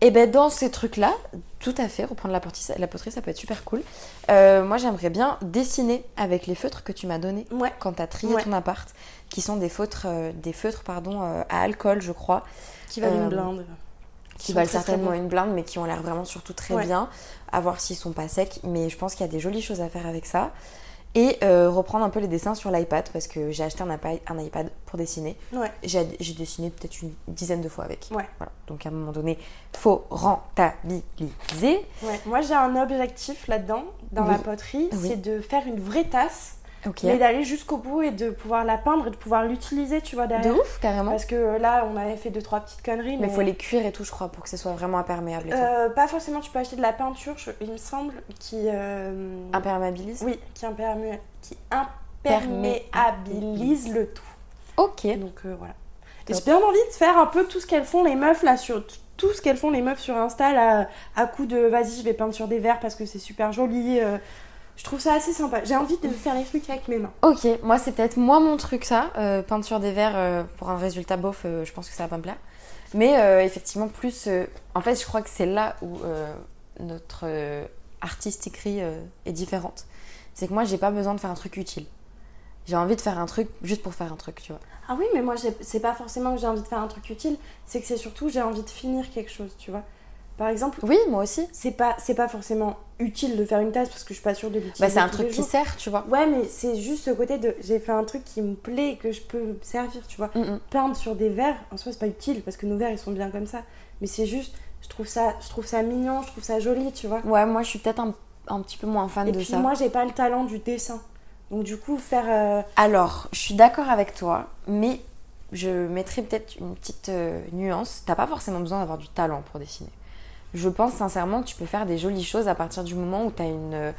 Et ben dans ces trucs-là, tout à fait, reprendre la poterie, la poterie ça peut être super cool. Euh, moi j'aimerais bien dessiner avec les feutres que tu m'as donnés quand t'as trié Ouais. ton appart, qui sont des feutres, euh, des feutres pardon, euh, à alcool je crois. Qui valent Euh, une blinde. qui Qui valent sont très, très certainement bons. une blinde, mais qui ont l'air vraiment surtout très Ouais. bien. À voir s'ils sont pas secs, mais je pense qu'il y a des jolies choses à faire avec ça. Et euh, reprendre un peu les dessins sur l'iPad, parce que j'ai acheté un iPad, un iPad pour dessiner. Ouais. J'ai j'ai dessiné peut-être une dizaine de fois avec. Ouais. Voilà. Donc à un moment donné, faut rentabiliser. Ouais. Moi, j'ai un objectif là-dedans, dans Oui. la poterie, Oui. c'est de faire une vraie tasse, Ok. mais d'aller jusqu'au bout et de pouvoir la peindre et de pouvoir l'utiliser, tu vois, De derrière. ouf, carrément. Parce que euh, là, on avait fait deux, trois petites conneries, mais... Mais faut les cuire et tout, je crois, pour que ce soit vraiment imperméable. Et tout. Euh, pas forcément, tu peux acheter de la peinture, je- il me semble, qui... euh, Imperméabilise Oui, qui, impermé- qui imperméabilise le tout. Ok. Donc euh, voilà. Et J'ai bien envie de faire un peu tout ce qu'elles font les meufs là sur tout ce qu'elles font les meufs sur Insta là, à coup de vas-y je vais peindre sur des verres parce que c'est super joli. euh, je trouve ça assez sympa. J'ai envie de faire les trucs avec mes mains. Ok, moi c'est peut-être moi mon truc ça, euh, peindre sur des verres euh, pour un résultat beauf, euh, je pense que ça va pas me plaire. Mais euh, effectivement plus, euh, en fait je crois que c'est là où euh, notre euh, artiste écrit euh, est différente. C'est que moi j'ai pas besoin de faire un truc utile. J'ai envie de faire un truc juste pour faire un truc, tu vois. Ah oui mais moi j'ai- c'est pas forcément que j'ai envie de faire un truc utile, c'est que c'est surtout j'ai envie de finir quelque chose, tu vois. Par exemple. Oui moi aussi. C'est pas c'est pas forcément utile de faire une tasse parce que je suis pas sûre de l'utiliser. Bah c'est un tous les truc qui jours. sert, tu vois. Ouais, mais c'est juste ce côté de j'ai fait un truc qui me plaît et que je peux me servir, tu Mm, vois. Peindre sur des verres, en soi, c'est pas utile parce que nos verres ils sont bien comme ça. Mais c'est juste, je trouve ça, je trouve ça mignon, je trouve ça joli, tu vois. Ouais moi je suis peut-être un, un petit peu moins fan et de puis ça. moi, j'ai pas le talent du dessin. Donc du coup, faire. euh, Ah, Alors, je suis d'accord avec toi, mais je mettrai peut-être une petite euh, nuance. T'as pas forcément besoin d'avoir du talent pour dessiner. Je pense sincèrement que tu peux faire des jolies choses à partir du moment où t'as une, euh,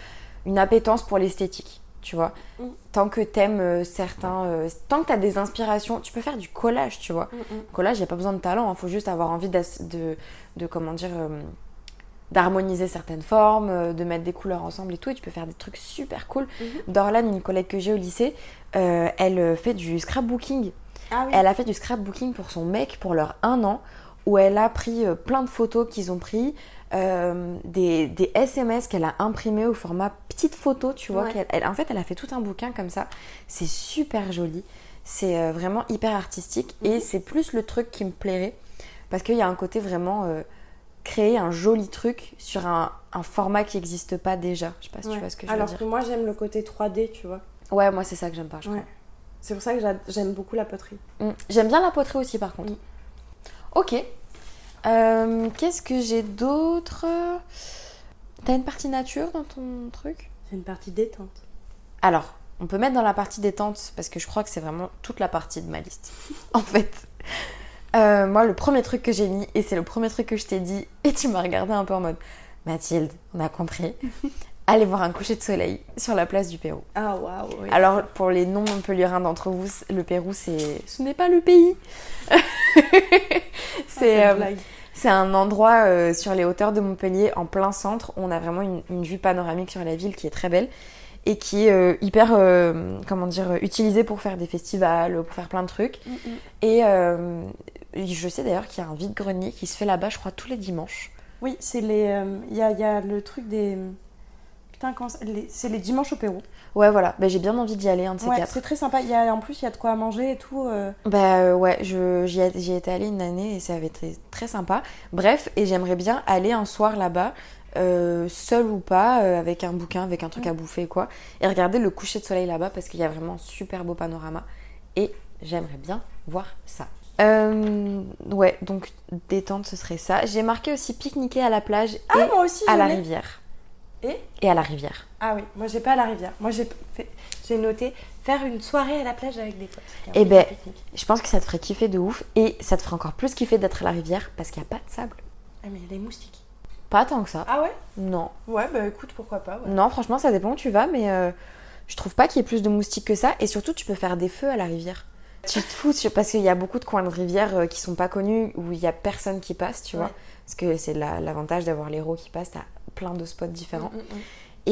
une appétence pour l'esthétique, tu vois. Mm. Tant que t'aimes euh, certains... euh, tant que t'as des inspirations, tu peux faire du collage, tu vois. Mm, mm. Collage, y a pas besoin de talent, il faut juste avoir envie d'ass- de, de... Comment dire euh, d'harmoniser certaines formes, euh, de mettre des couleurs ensemble et tout, et tu peux faire des trucs super cool. Dorlan, une collègue que j'ai au lycée, euh, elle euh, fait du scrapbooking. Ah oui. Elle a fait du scrapbooking pour son mec pour leur un an, où elle a pris euh, plein de photos qu'ils ont pris, euh, des, des SMS qu'elle a imprimés au format petite photo, tu vois. Ouais. qu'elle- elle- en fait, elle a fait tout un bouquin comme ça. C'est super joli. C'est euh, vraiment hyper artistique Mhm. et c'est plus le truc qui me plairait parce qu'il y a un côté vraiment euh, créer un joli truc sur un, un format qui n'existe pas déjà. Je sais pas si ouais. tu vois ce que je Alors veux que dire. moi, j'aime le côté 3D, tu vois. Ouais, moi c'est ça que j'aime pas. je Ouais. C'est pour ça que j'a- j'aime beaucoup la poterie. Mm. J'aime bien la poterie aussi, par contre. Ok. Euh, Qu'est-ce que j'ai d'autre T'as une partie nature dans ton truc C'est une partie détente. Alors, on peut mettre dans la partie détente, parce que je crois que c'est vraiment toute la partie de ma liste. en fait. Euh, moi, le premier truc que j'ai mis, et c'est le premier truc que je t'ai dit, et tu m'as regardé un peu en mode Mathilde, on a compris. Allez voir un coucher de soleil sur la place du Pérou. Ah waouh. oui. Alors, pour les non-montpelliérains d'entre vous, c- le Pérou, c'est... ce n'est pas le pays. Ah, c'est, Ah, euh, cette blague. c'est un endroit euh, sur les hauteurs de Montpellier, en plein centre. où On a vraiment une, une vue panoramique sur la ville qui est très belle et qui est euh, hyper, euh, comment dire, euh, utilisée pour faire des festivals, pour faire plein de trucs. Et euh, je sais d'ailleurs qu'il y a un vide-grenier qui se fait là-bas, je crois, tous les dimanches. Oui, c'est les. euh, Il y, a, il y a le truc des. Putain, quand... les- c'est les dimanches au Pérou. Ouais, voilà. Ben, j'ai bien envie d'y aller, un de ces Ouais, quatre. c'est très sympa. Il y a, en plus, il y a de quoi à manger et tout. euh. Bah euh, ouais, je- j'y ai- j'y étais allée une année et ça avait été très sympa. Bref, et j'aimerais bien aller un soir là-bas, euh, seul ou pas, euh, avec un bouquin, avec un truc à bouffer et quoi, et regarder le coucher de soleil là-bas parce qu'il y a vraiment un super beau panorama. Et j'aimerais bien voir ça. Euh, ouais, donc détente, ce serait ça. J'ai marqué aussi pique-niquer à la plage et Ah, moi aussi, à je la l'ai. rivière. Et Et à la rivière. Ah oui, moi j'ai pas la rivière. Moi j'ai fait- j'ai noté faire une soirée à la plage avec des potes. Eh ben, je pense que ça te ferait kiffer de ouf et ça te ferait encore plus kiffer d'être à la rivière parce qu'il n'y a pas de sable. Ah mais les moustiques. Pas tant que ça. Ah ouais Non. Ouais, bah écoute, pourquoi pas. ouais. Non, franchement, ça dépend où tu vas, mais euh, je trouve pas qu'il y ait plus de moustiques que ça. Et surtout, tu peux faire des feux à la rivière. Tu te fous sur- parce qu'il y a beaucoup de coins de rivière euh, qui sont pas connus où il y a personne qui passe, tu vois. Ouais. Parce que c'est la- l'avantage d'avoir les rots qui passent, t'as plein de spots différents. Mm, mm, mm.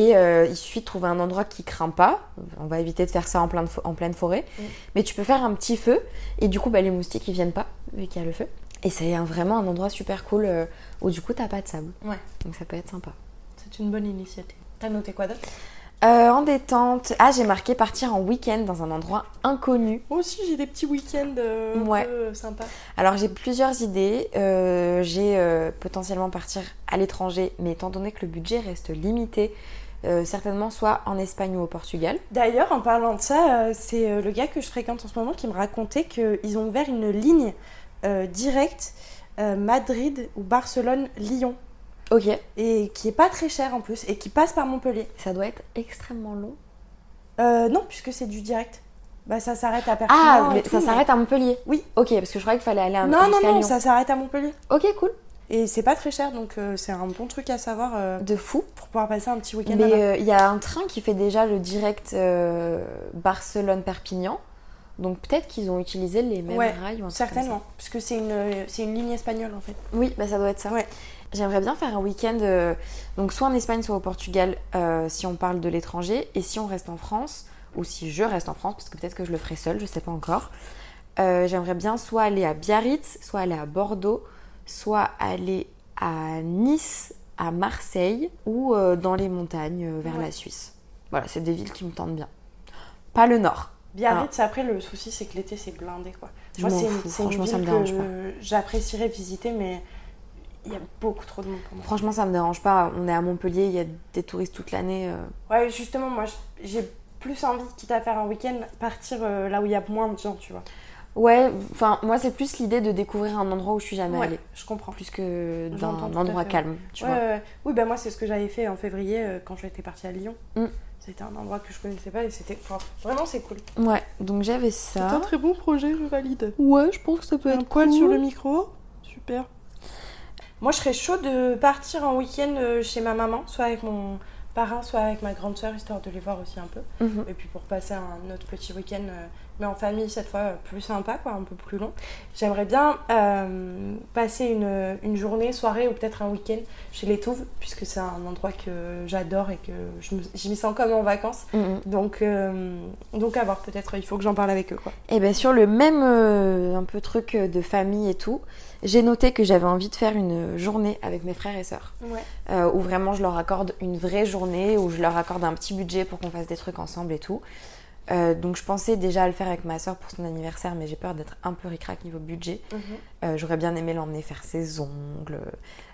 Et euh, il suffit de trouver un endroit qui craint pas. On va éviter de faire ça en, plein de fo- en pleine forêt. Mm. Mais tu peux faire un petit feu. Et du coup, bah, les moustiques, ils viennent pas, vu qu'il y a le feu. Et c'est un- vraiment un endroit super cool euh, où du coup, t'as pas de sable. Ouais. Donc ça peut être sympa. C'est une bonne initiative. T'as noté quoi d'autre Euh, en détente. Ah, j'ai marqué partir en week-end dans un endroit inconnu. Moi aussi j'ai des petits week-ends euh, un Ouais. peu sympas. Alors, j'ai plusieurs idées. Euh, j'ai euh, potentiellement partir à l'étranger, mais étant donné que le budget reste limité, euh, certainement soit en Espagne ou au Portugal. D'ailleurs, en parlant de ça, euh, c'est euh, le gars que je fréquente en ce moment qui me racontait qu'ils ont ouvert une ligne euh, directe euh, Madrid ou Barcelone-Lyon. Ok. Et qui est pas très chère en plus et qui passe par Montpellier. Ça doit être extrêmement long. Euh, non, puisque c'est du direct. Bah ça s'arrête à Perpignan. Ah, et mais tout, ça s'arrête à Montpellier Oui. Ok, parce que je croyais qu'il fallait aller à Non, non, jusqu'à non, Lyon. ça s'arrête à Montpellier. Ok, cool. Et c'est pas très cher, donc euh, c'est un bon truc à savoir euh, De fou. pour pouvoir passer un petit week-end Mais là-bas. euh, il y a un train qui fait déjà le direct euh, Barcelone-Perpignan. Donc peut-être qu'ils ont utilisé les mêmes Ouais, rails ou un truc comme ça. Certainement, puisque c'est une, euh, c'est une ligne espagnole en fait. Oui, bah ça doit être ça. Ouais. J'aimerais bien faire un week-end, euh, donc soit en Espagne, soit au Portugal, euh, si on parle de l'étranger, et si on reste en France, ou si je reste en France, parce que peut-être que je le ferai seule, je sais pas encore. Euh, J'aimerais bien soit aller à Biarritz, soit aller à Bordeaux, soit aller à Nice, à Marseille, ou euh, dans les montagnes euh, vers Ouais. la Suisse. Voilà, c'est des villes qui me tentent bien. Pas le nord. Biarritz, après, le souci, c'est que l'été, c'est blindé, quoi. Ah. Je m'en c'est fous, c'est une franchement, ça ville me dérange que J'apprécierais visiter, mais il y a beaucoup trop de monde pour moi. Franchement, ça me dérange pas. On est à Montpellier, il y a des touristes toute l'année. euh, Ouais, justement, moi, je- j'ai plus envie, quitte à faire un week-end, partir euh, là où il y a moins de gens, tu vois. Ouais, enfin, moi, c'est plus l'idée de découvrir un endroit où je suis jamais Ouais, allée. je comprends. Plus que d'un J'entends tout à endroit fait, calme, tu Ouais, vois. ouais, ouais. Oui, ben moi, c'est ce que j'avais fait en février euh, quand j'étais partie à Lyon. Mm. C'était un endroit que je connaissais pas et c'était. enfin, vraiment, c'est cool. Ouais, donc j'avais ça. très bon projet, je valide. Ouais, je pense que ça peut Un poil sur le micro, super. Moi, je serais chaud de partir en week-end euh, chez ma maman, soit avec mon parrain, soit avec ma grande sœur, histoire de les voir aussi un peu. Mhm. Et puis pour passer un autre petit week-end, euh, mais en famille cette fois, euh, plus sympa, quoi, un peu plus long. J'aimerais bien euh, passer une, une journée, soirée ou peut-être un week-end chez les Touves, puisque c'est un endroit que j'adore et que je me, je m'y sens comme en vacances. Mhm. Donc, euh, donc à voir, peut-être, il faut que j'en parle avec eux. Quoi. Et bien, Eh ben, sur le même euh, un peu truc euh, de famille et tout, j'ai noté que j'avais envie de faire une journée avec mes frères et sœurs. Ouais. euh, où vraiment je leur accorde une vraie journée, où je leur accorde un petit budget pour qu'on fasse des trucs ensemble et tout. Euh, donc je pensais déjà à le faire avec ma sœur pour son anniversaire, mais j'ai peur d'être un peu ric-rac niveau budget. Mhm. Euh, J'aurais bien aimé l'emmener faire ses ongles,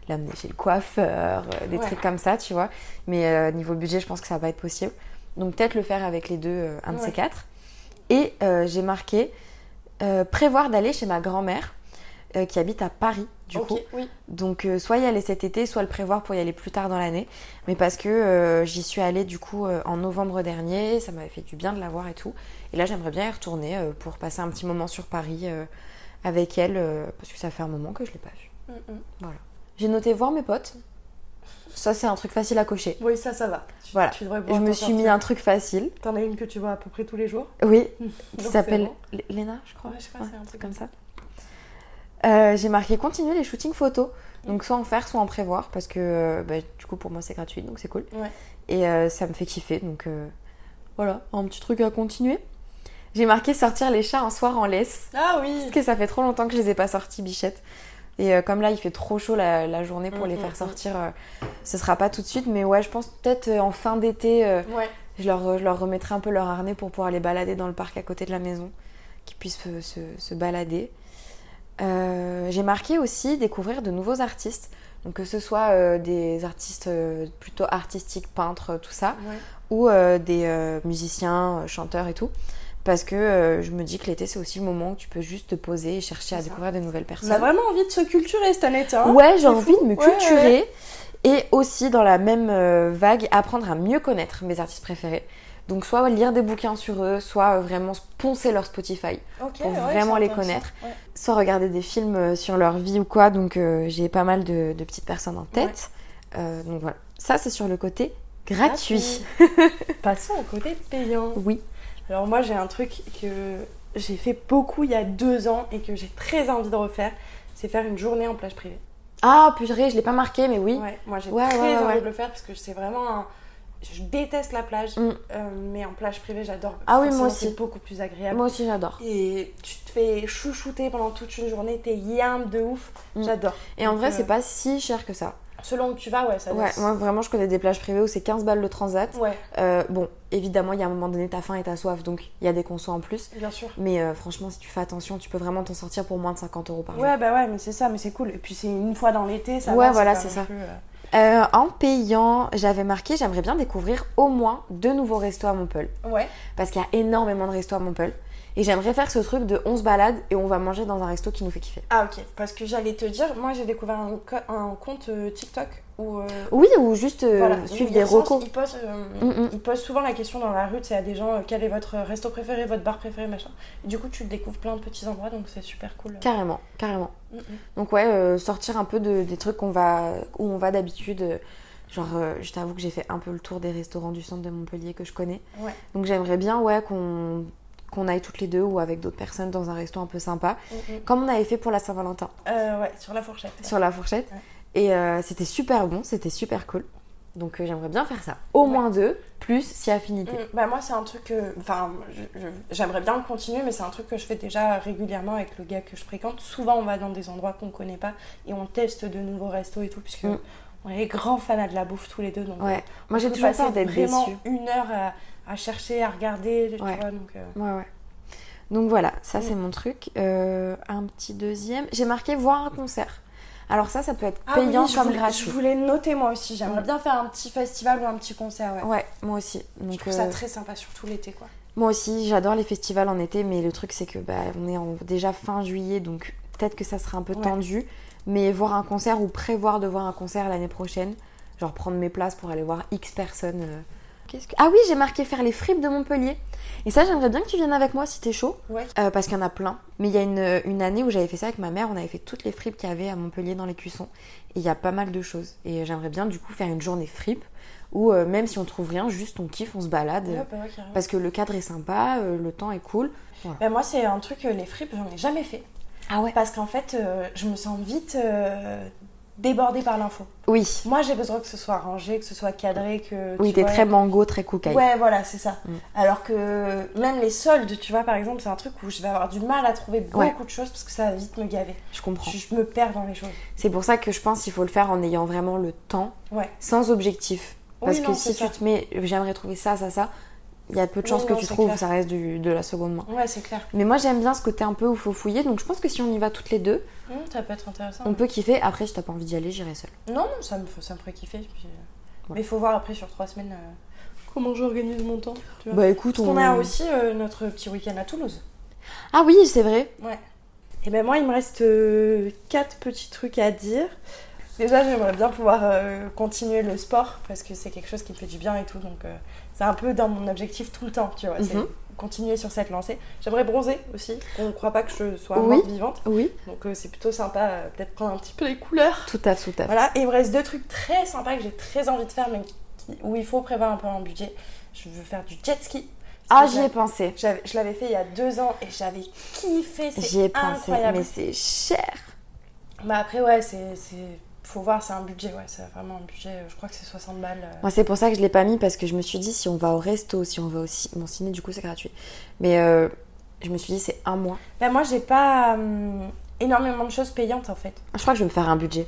l'emmener chez le coiffeur, euh, des Ouais. trucs comme ça, tu vois. Mais euh, niveau budget, je pense que ça va pas être possible. Donc peut-être le faire avec les deux, euh, un de Ouais. ces quatre. Et euh, j'ai marqué euh, prévoir d'aller chez ma grand-mère euh, qui habite à Paris, du Ok, coup. oui. Donc euh, soit y aller cet été, soit le prévoir pour y aller plus tard dans l'année. Mais parce que euh, j'y suis allée du coup euh, en novembre dernier, ça m'avait fait du bien de la voir et tout. Et là j'aimerais bien y retourner euh, pour passer un petit moment sur Paris euh, avec elle, euh, parce que ça fait un moment que je l'ai pas vue. Mhm. J'ai noté voir mes potes. Ça c'est un truc facile à cocher. Oui, ça, ça va. Tu- Voilà. tu devrais Je pouvoir me t'en suis mis sortir. un truc facile, T'en as une que tu vois à peu près tous les jours oui, qui Donc, s'appelle c'est L- Léna, je crois. bon. Ouais, je sais pas, Ouais, c'est un c'est truc comme ça. Euh, j'ai marqué continuer les shootings photos. Mm. Donc soit en faire, soit en prévoir, parce que euh, bah, du coup pour moi c'est gratuit, donc c'est cool. Ouais. Et euh, ça me fait kiffer, donc euh, voilà, un petit truc à continuer. J'ai marqué sortir les chats un soir en laisse, Ah parce oui que ça fait trop longtemps que je les ai pas sortis, bichette. Et euh, comme là il fait trop chaud la, la journée pour Mm, les mm, faire mm. sortir, euh, ce sera pas tout de suite, mais ouais, je pense peut-être euh, en fin d'été, euh, Ouais. je leur, je leur remettrai un peu leur harnais pour pouvoir les balader dans le parc à côté de la maison, qu'ils puissent euh, se, se balader. Euh, J'ai marqué aussi découvrir de nouveaux artistes, donc que ce soit euh, des artistes euh, plutôt artistiques, peintres, euh, tout ça, Ouais. ou euh, des euh, musiciens, euh, chanteurs et tout, parce que euh, je me dis que l'été c'est aussi le moment où tu peux juste te poser et chercher à C'est ça. découvrir de nouvelles On a personnes. vraiment envie de se culturer cette année, hein. tiens. Ouais, c'est j'ai envie fou. de me Ouais, ouais, culturer. Et aussi, dans la même euh, vague, apprendre à mieux connaître mes artistes préférés. Donc, soit lire des bouquins sur eux, soit euh, vraiment poncer leur Spotify Ok, pour ouais, vraiment c'est les intéressant. connaître. Ouais. Soit regarder des films euh, sur leur vie ou quoi. Donc, euh, j'ai pas mal de, de petites personnes en tête. Euh, donc, voilà. Ça, c'est sur le côté gratuit. Passons au côté payant. Oui. Alors moi j'ai un truc que j'ai fait beaucoup il y a deux ans et que j'ai très envie de refaire, c'est faire une journée en plage privée. Ah, purée, je l'ai pas marqué, mais oui. Ouais, moi j'ai Ouais, très ouais, ouais, envie ouais. de le faire parce que c'est vraiment un- Je déteste la plage, Mm. euh, mais en plage privée j'adore. Ah oui, moi Forcément, aussi. C'est beaucoup plus agréable. Moi aussi, j'adore. Et tu te fais chouchouter pendant toute une journée, t'es yam de ouf. Mm. J'adore. Et en Donc, vrai, euh, c'est pas si cher que ça. Selon où tu vas, ouais, ça Ouais, va. moi vraiment, je connais des plages privées où c'est 15 balles le transat. Ouais. Euh, bon, évidemment, il y a un moment donné, t'as faim et t'as soif, donc il y a des consos en plus. Bien sûr. Mais euh, franchement, si tu fais attention, tu peux vraiment t'en sortir pour moins de 50 euros par jour. Ouais, bah ouais, mais c'est ça, mais c'est cool. Et puis c'est une fois dans l'été, ça Ouais, va, voilà, pas c'est non ça. plus, euh, Euh, en payant, j'avais marqué, j'aimerais bien découvrir au moins deux nouveaux restos à Montpellier. Ouais. Parce qu'il y a énormément de restos à Montpellier. Et j'aimerais faire ce truc de on se balade et on va manger dans un resto qui nous fait kiffer. Ah ok, parce que j'allais te dire, moi j'ai découvert un, co- un compte euh, TikTok où... euh, Oui, ou juste euh, voilà, où suivre des les garçons, recos. Ils posent, euh, Mm, mm. ils posent souvent la question dans la rue, c'est à des gens, euh, quel est votre resto préféré, votre bar préféré, machin. Et du coup, tu découvres plein de petits endroits, donc c'est super cool. Carrément, carrément. Mm, mm. Donc ouais, euh, sortir un peu de- des trucs qu'on va, où on va d'habitude. euh, Genre, euh, je t'avoue que j'ai fait un peu le tour des restaurants du centre de Montpellier que je connais. Ouais. Donc j'aimerais bien ouais, qu'on qu'on aille toutes les deux ou avec d'autres personnes dans un resto un peu sympa. Mm, mm. Comme on avait fait pour la Saint-Valentin, Euh, ouais, sur la fourchette. sur la fourchette. Ouais. Et euh, c'était super bon, c'était super cool. Donc euh, j'aimerais bien faire ça. Au moins deux, plus si affinité. Mm, Bah moi c'est un truc que, enfin je- je- j'aimerais bien le continuer mais c'est un truc que je fais déjà régulièrement avec le gars que je fréquente. Souvent on va dans des endroits qu'on connaît pas et on teste de nouveaux restos et tout puisque Mm. on est grands fans de la bouffe tous les deux donc Ouais. Moi j'ai peut toujours Mm. passer peur d'être vraiment déçue. une heure à, à chercher, à regarder, tu Ouais. vois, donc... euh, Ouais, ouais. Donc voilà, ça c'est mon truc. Euh, un petit deuxième. J'ai marqué voir un concert. Alors ça, ça peut être Ah payant oui, je comme voulais- gratuit. Je voulais noter moi aussi, j'aimerais Mm. bien faire un petit festival ou un petit concert, ouais. Ouais, moi aussi. Donc, je trouve ça euh, très sympa, surtout l'été, quoi. Moi aussi, j'adore les festivals en été, mais le truc c'est que bah, on est en- déjà fin juillet, donc peut-être que ça sera un peu Ouais. tendu. Mais voir un concert ou prévoir de voir un concert l'année prochaine, genre prendre mes places pour aller voir X personnes. euh, qu'est-ce que- Ah oui, j'ai marqué faire les fripes de Montpellier. Et ça, j'aimerais bien que tu viennes avec moi si t'es chaud. Ouais. Euh, parce qu'il y en a plein. Mais il y a une, une année où j'avais fait ça avec ma mère, on avait fait toutes les fripes qu'il y avait à Montpellier dans les cuissons. Et il y a pas mal de choses. Et j'aimerais bien du coup faire une journée fripes où euh, même si on trouve rien, juste on kiffe, on se balade. euh, Ouais, bah ouais, carrément. Parce que le cadre est sympa, euh, le temps est cool. Bah, moi, c'est un truc, euh, les fripes, j'en ai jamais fait. Ah ouais Parce qu'en fait, euh, je me sens vite euh, débordée par l'info. Oui, Moi, j'ai besoin que ce soit rangé, que ce soit cadré, que. oui, tu t'es vois, très mango, très koukaï. Ouais, voilà, c'est ça. Mm. Alors que même les soldes, tu vois, par exemple, c'est un truc où je vais avoir du mal à trouver beaucoup Ouais. de choses parce que ça va vite me gaver. Je comprends. Je, je me perds dans les choses. C'est pour ça que je pense qu'il faut le faire en ayant vraiment le temps, Ouais. sans objectif. Parce Oui, que non, si c'est ça. tu te mets, j'aimerais trouver ça, ça, ça, il y a peu de Oui, chances que non, tu c'est trouves, clair. ça reste du- de la seconde main. Ouais, c'est clair. Mais moi j'aime bien ce côté un peu où faut fouiller, donc je pense que si on y va toutes les deux, Mm, ça peut être intéressant. on peut kiffer. Après, si t'as pas envie d'y aller, j'irai seule. Non, non, ça me, f- ça me ferait kiffer. puis, euh, Ouais. Mais il faut voir après sur trois semaines euh, comment j'organise mon temps. Tu vois. Bah écoute, Parce qu'on a aussi euh, notre petit week-end à Toulouse. Ah oui, c'est vrai. Ouais. Et ben moi, il me reste euh, quatre petits trucs à dire. Déjà, j'aimerais bien pouvoir euh, continuer le sport parce que c'est quelque chose qui me fait du bien et tout. Donc, euh, c'est un peu dans mon objectif tout le temps, tu vois. c'est Mhm. Continuer sur cette lancée. J'aimerais bronzer aussi. On ne croit pas que je sois Oui. morte vivante. Oui, Donc, euh, c'est plutôt sympa. euh, Peut-être prendre un petit peu les couleurs. tout à fait, tout à fait. Voilà. Et il me reste deux trucs très sympas que j'ai très envie de faire, mais qui- où il faut prévoir un peu un budget. Je veux faire du jet ski. Ah, Parce que j'y ai pensé. j'avais- Je l'avais fait il y a deux ans et j'avais kiffé. c'est J'y ai pensé, incroyable. mais c'est cher. Bah après, ouais, c'est. c'est- Faut voir, c'est un budget, ouais, c'est vraiment un budget. euh, Je crois que c'est 60 balles. euh. Moi, c'est pour ça que je l'ai pas mis parce que je me suis dit si on va au resto, si on va au ci- bon, ciné, du coup c'est gratuit. Mais euh, je me suis dit c'est un mois. Bah, moi, j'ai pas euh, énormément de choses payantes en fait. Je crois que je vais me faire un budget.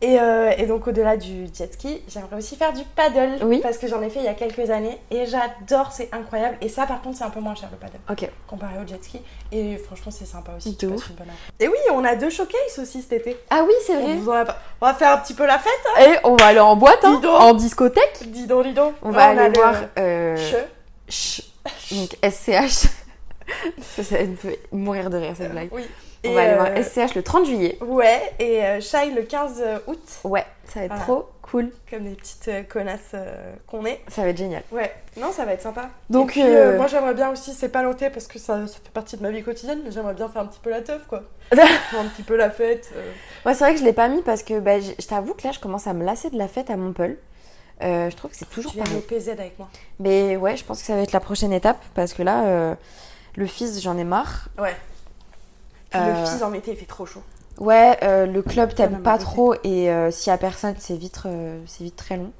Et, euh, et donc, au-delà du jet ski, j'aimerais aussi faire du paddle. Oui. Parce que j'en ai fait il y a quelques années et j'adore, c'est incroyable. Et ça, par contre, c'est un peu moins cher le paddle Ok. comparé au jet ski. Et franchement, c'est sympa aussi. tu De passes ouf. une bonne après- et oui, on a deux showcases aussi cet été. Ah oui, c'est On, vrai. vous en a pas- on va faire un petit peu la fête. Et on va aller en boîte, hein, Dis donc. en discothèque. Dis donc, dis donc. On Ouais, va a aller le voir euh, che- Ch- donc SCH. ça, ça me fait mourir de rire cette blague. Oui. On Et, va aller euh, voir SCH le 30 juillet. Ouais, et euh, Shai le 15 août. Ouais, ça va être Voilà. trop Cool. Comme des petites euh, connasses euh, qu'on est. Ça va être génial. Ouais, non, ça va être sympa. Donc, Et puis, euh, euh, moi j'aimerais bien aussi, c'est pas l'ôter parce que ça, ça fait partie de ma vie quotidienne, mais j'aimerais bien faire un petit peu la teuf quoi. faire un petit peu la fête. euh. Ouais, c'est vrai que je l'ai pas mis parce que bah, j- je t'avoue que là, je commence à me lasser de la fête à Montpellier. Euh, je trouve que c'est toujours Tu viens pareil. au PZ avec moi. Mais ouais, je pense que ça va être la prochaine étape parce que là, euh, le fils, j'en ai marre. Ouais. Puis Euh, Le fils en été, il fait trop chaud. Ouais, euh, le club Ça t'aime m'a pas marqué. trop et euh, s'il y a personne, c'est vite, euh, c'est vite très long.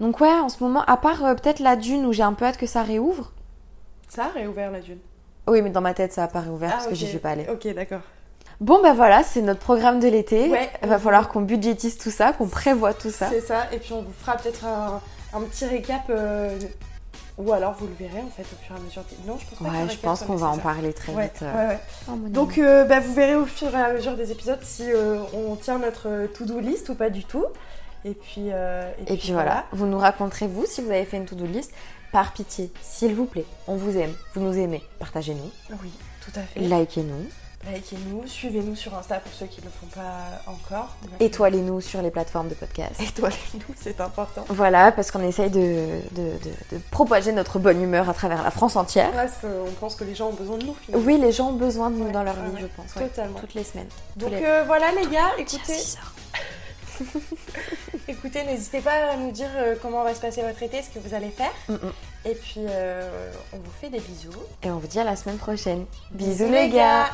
Donc ouais, en ce moment, à part euh, peut-être la dune où j'ai un peu hâte que ça réouvre. Ça a réouvert la dune. Oui, mais dans ma tête, ça a pas réouvert Ah, parce que j'y ok. suis pas allée. Ok, d'accord. Bon bah voilà, c'est notre programme de l'été. Ouais. Va falloir qu'on budgétise tout ça, qu'on prévoit tout ça. C'est ça, et puis on vous fera peut-être un, un petit récap. euh, Ou alors vous le verrez en fait au fur et à mesure. des- Non, je pense pas Ouais, qu'il y a un je récap, pense ça, qu'on mais va c'est en ça. parler très Ouais, vite. ouais, ouais. Oh, mon Donc euh, bah, vous verrez au fur et à mesure des épisodes si euh, on tient notre euh, to-do list ou pas du tout. Et puis, euh, Et puis voilà, vous nous raconterez vous si vous avez fait une to-do list. Par pitié, s'il vous plaît, on vous aime, vous nous aimez, partagez-nous, voilà. Oui, tout à fait. likez-nous, Likez-nous, suivez-nous sur Insta pour ceux qui ne le font pas encore. étoilez-nous sur les plateformes de podcast. Étoilez-nous, c'est important. Voilà, parce qu'on essaye de, de- de- de propager notre bonne humeur à travers la France Ouais, entière. parce qu'on pense que les gens ont besoin de nous finalement. Oui, les gens ont besoin de nous dans leur vie, je pense. ouais. Totalement. Toutes les semaines. Tous Donc les- euh, voilà les gars, écoutez. écoutez, n'hésitez pas à nous dire euh, comment va se passer votre été, ce que vous allez faire. Mm, mm. Et puis euh, on vous fait des bisous. Et on vous dit à la semaine prochaine. Bisous, Bisous, les les gars gars.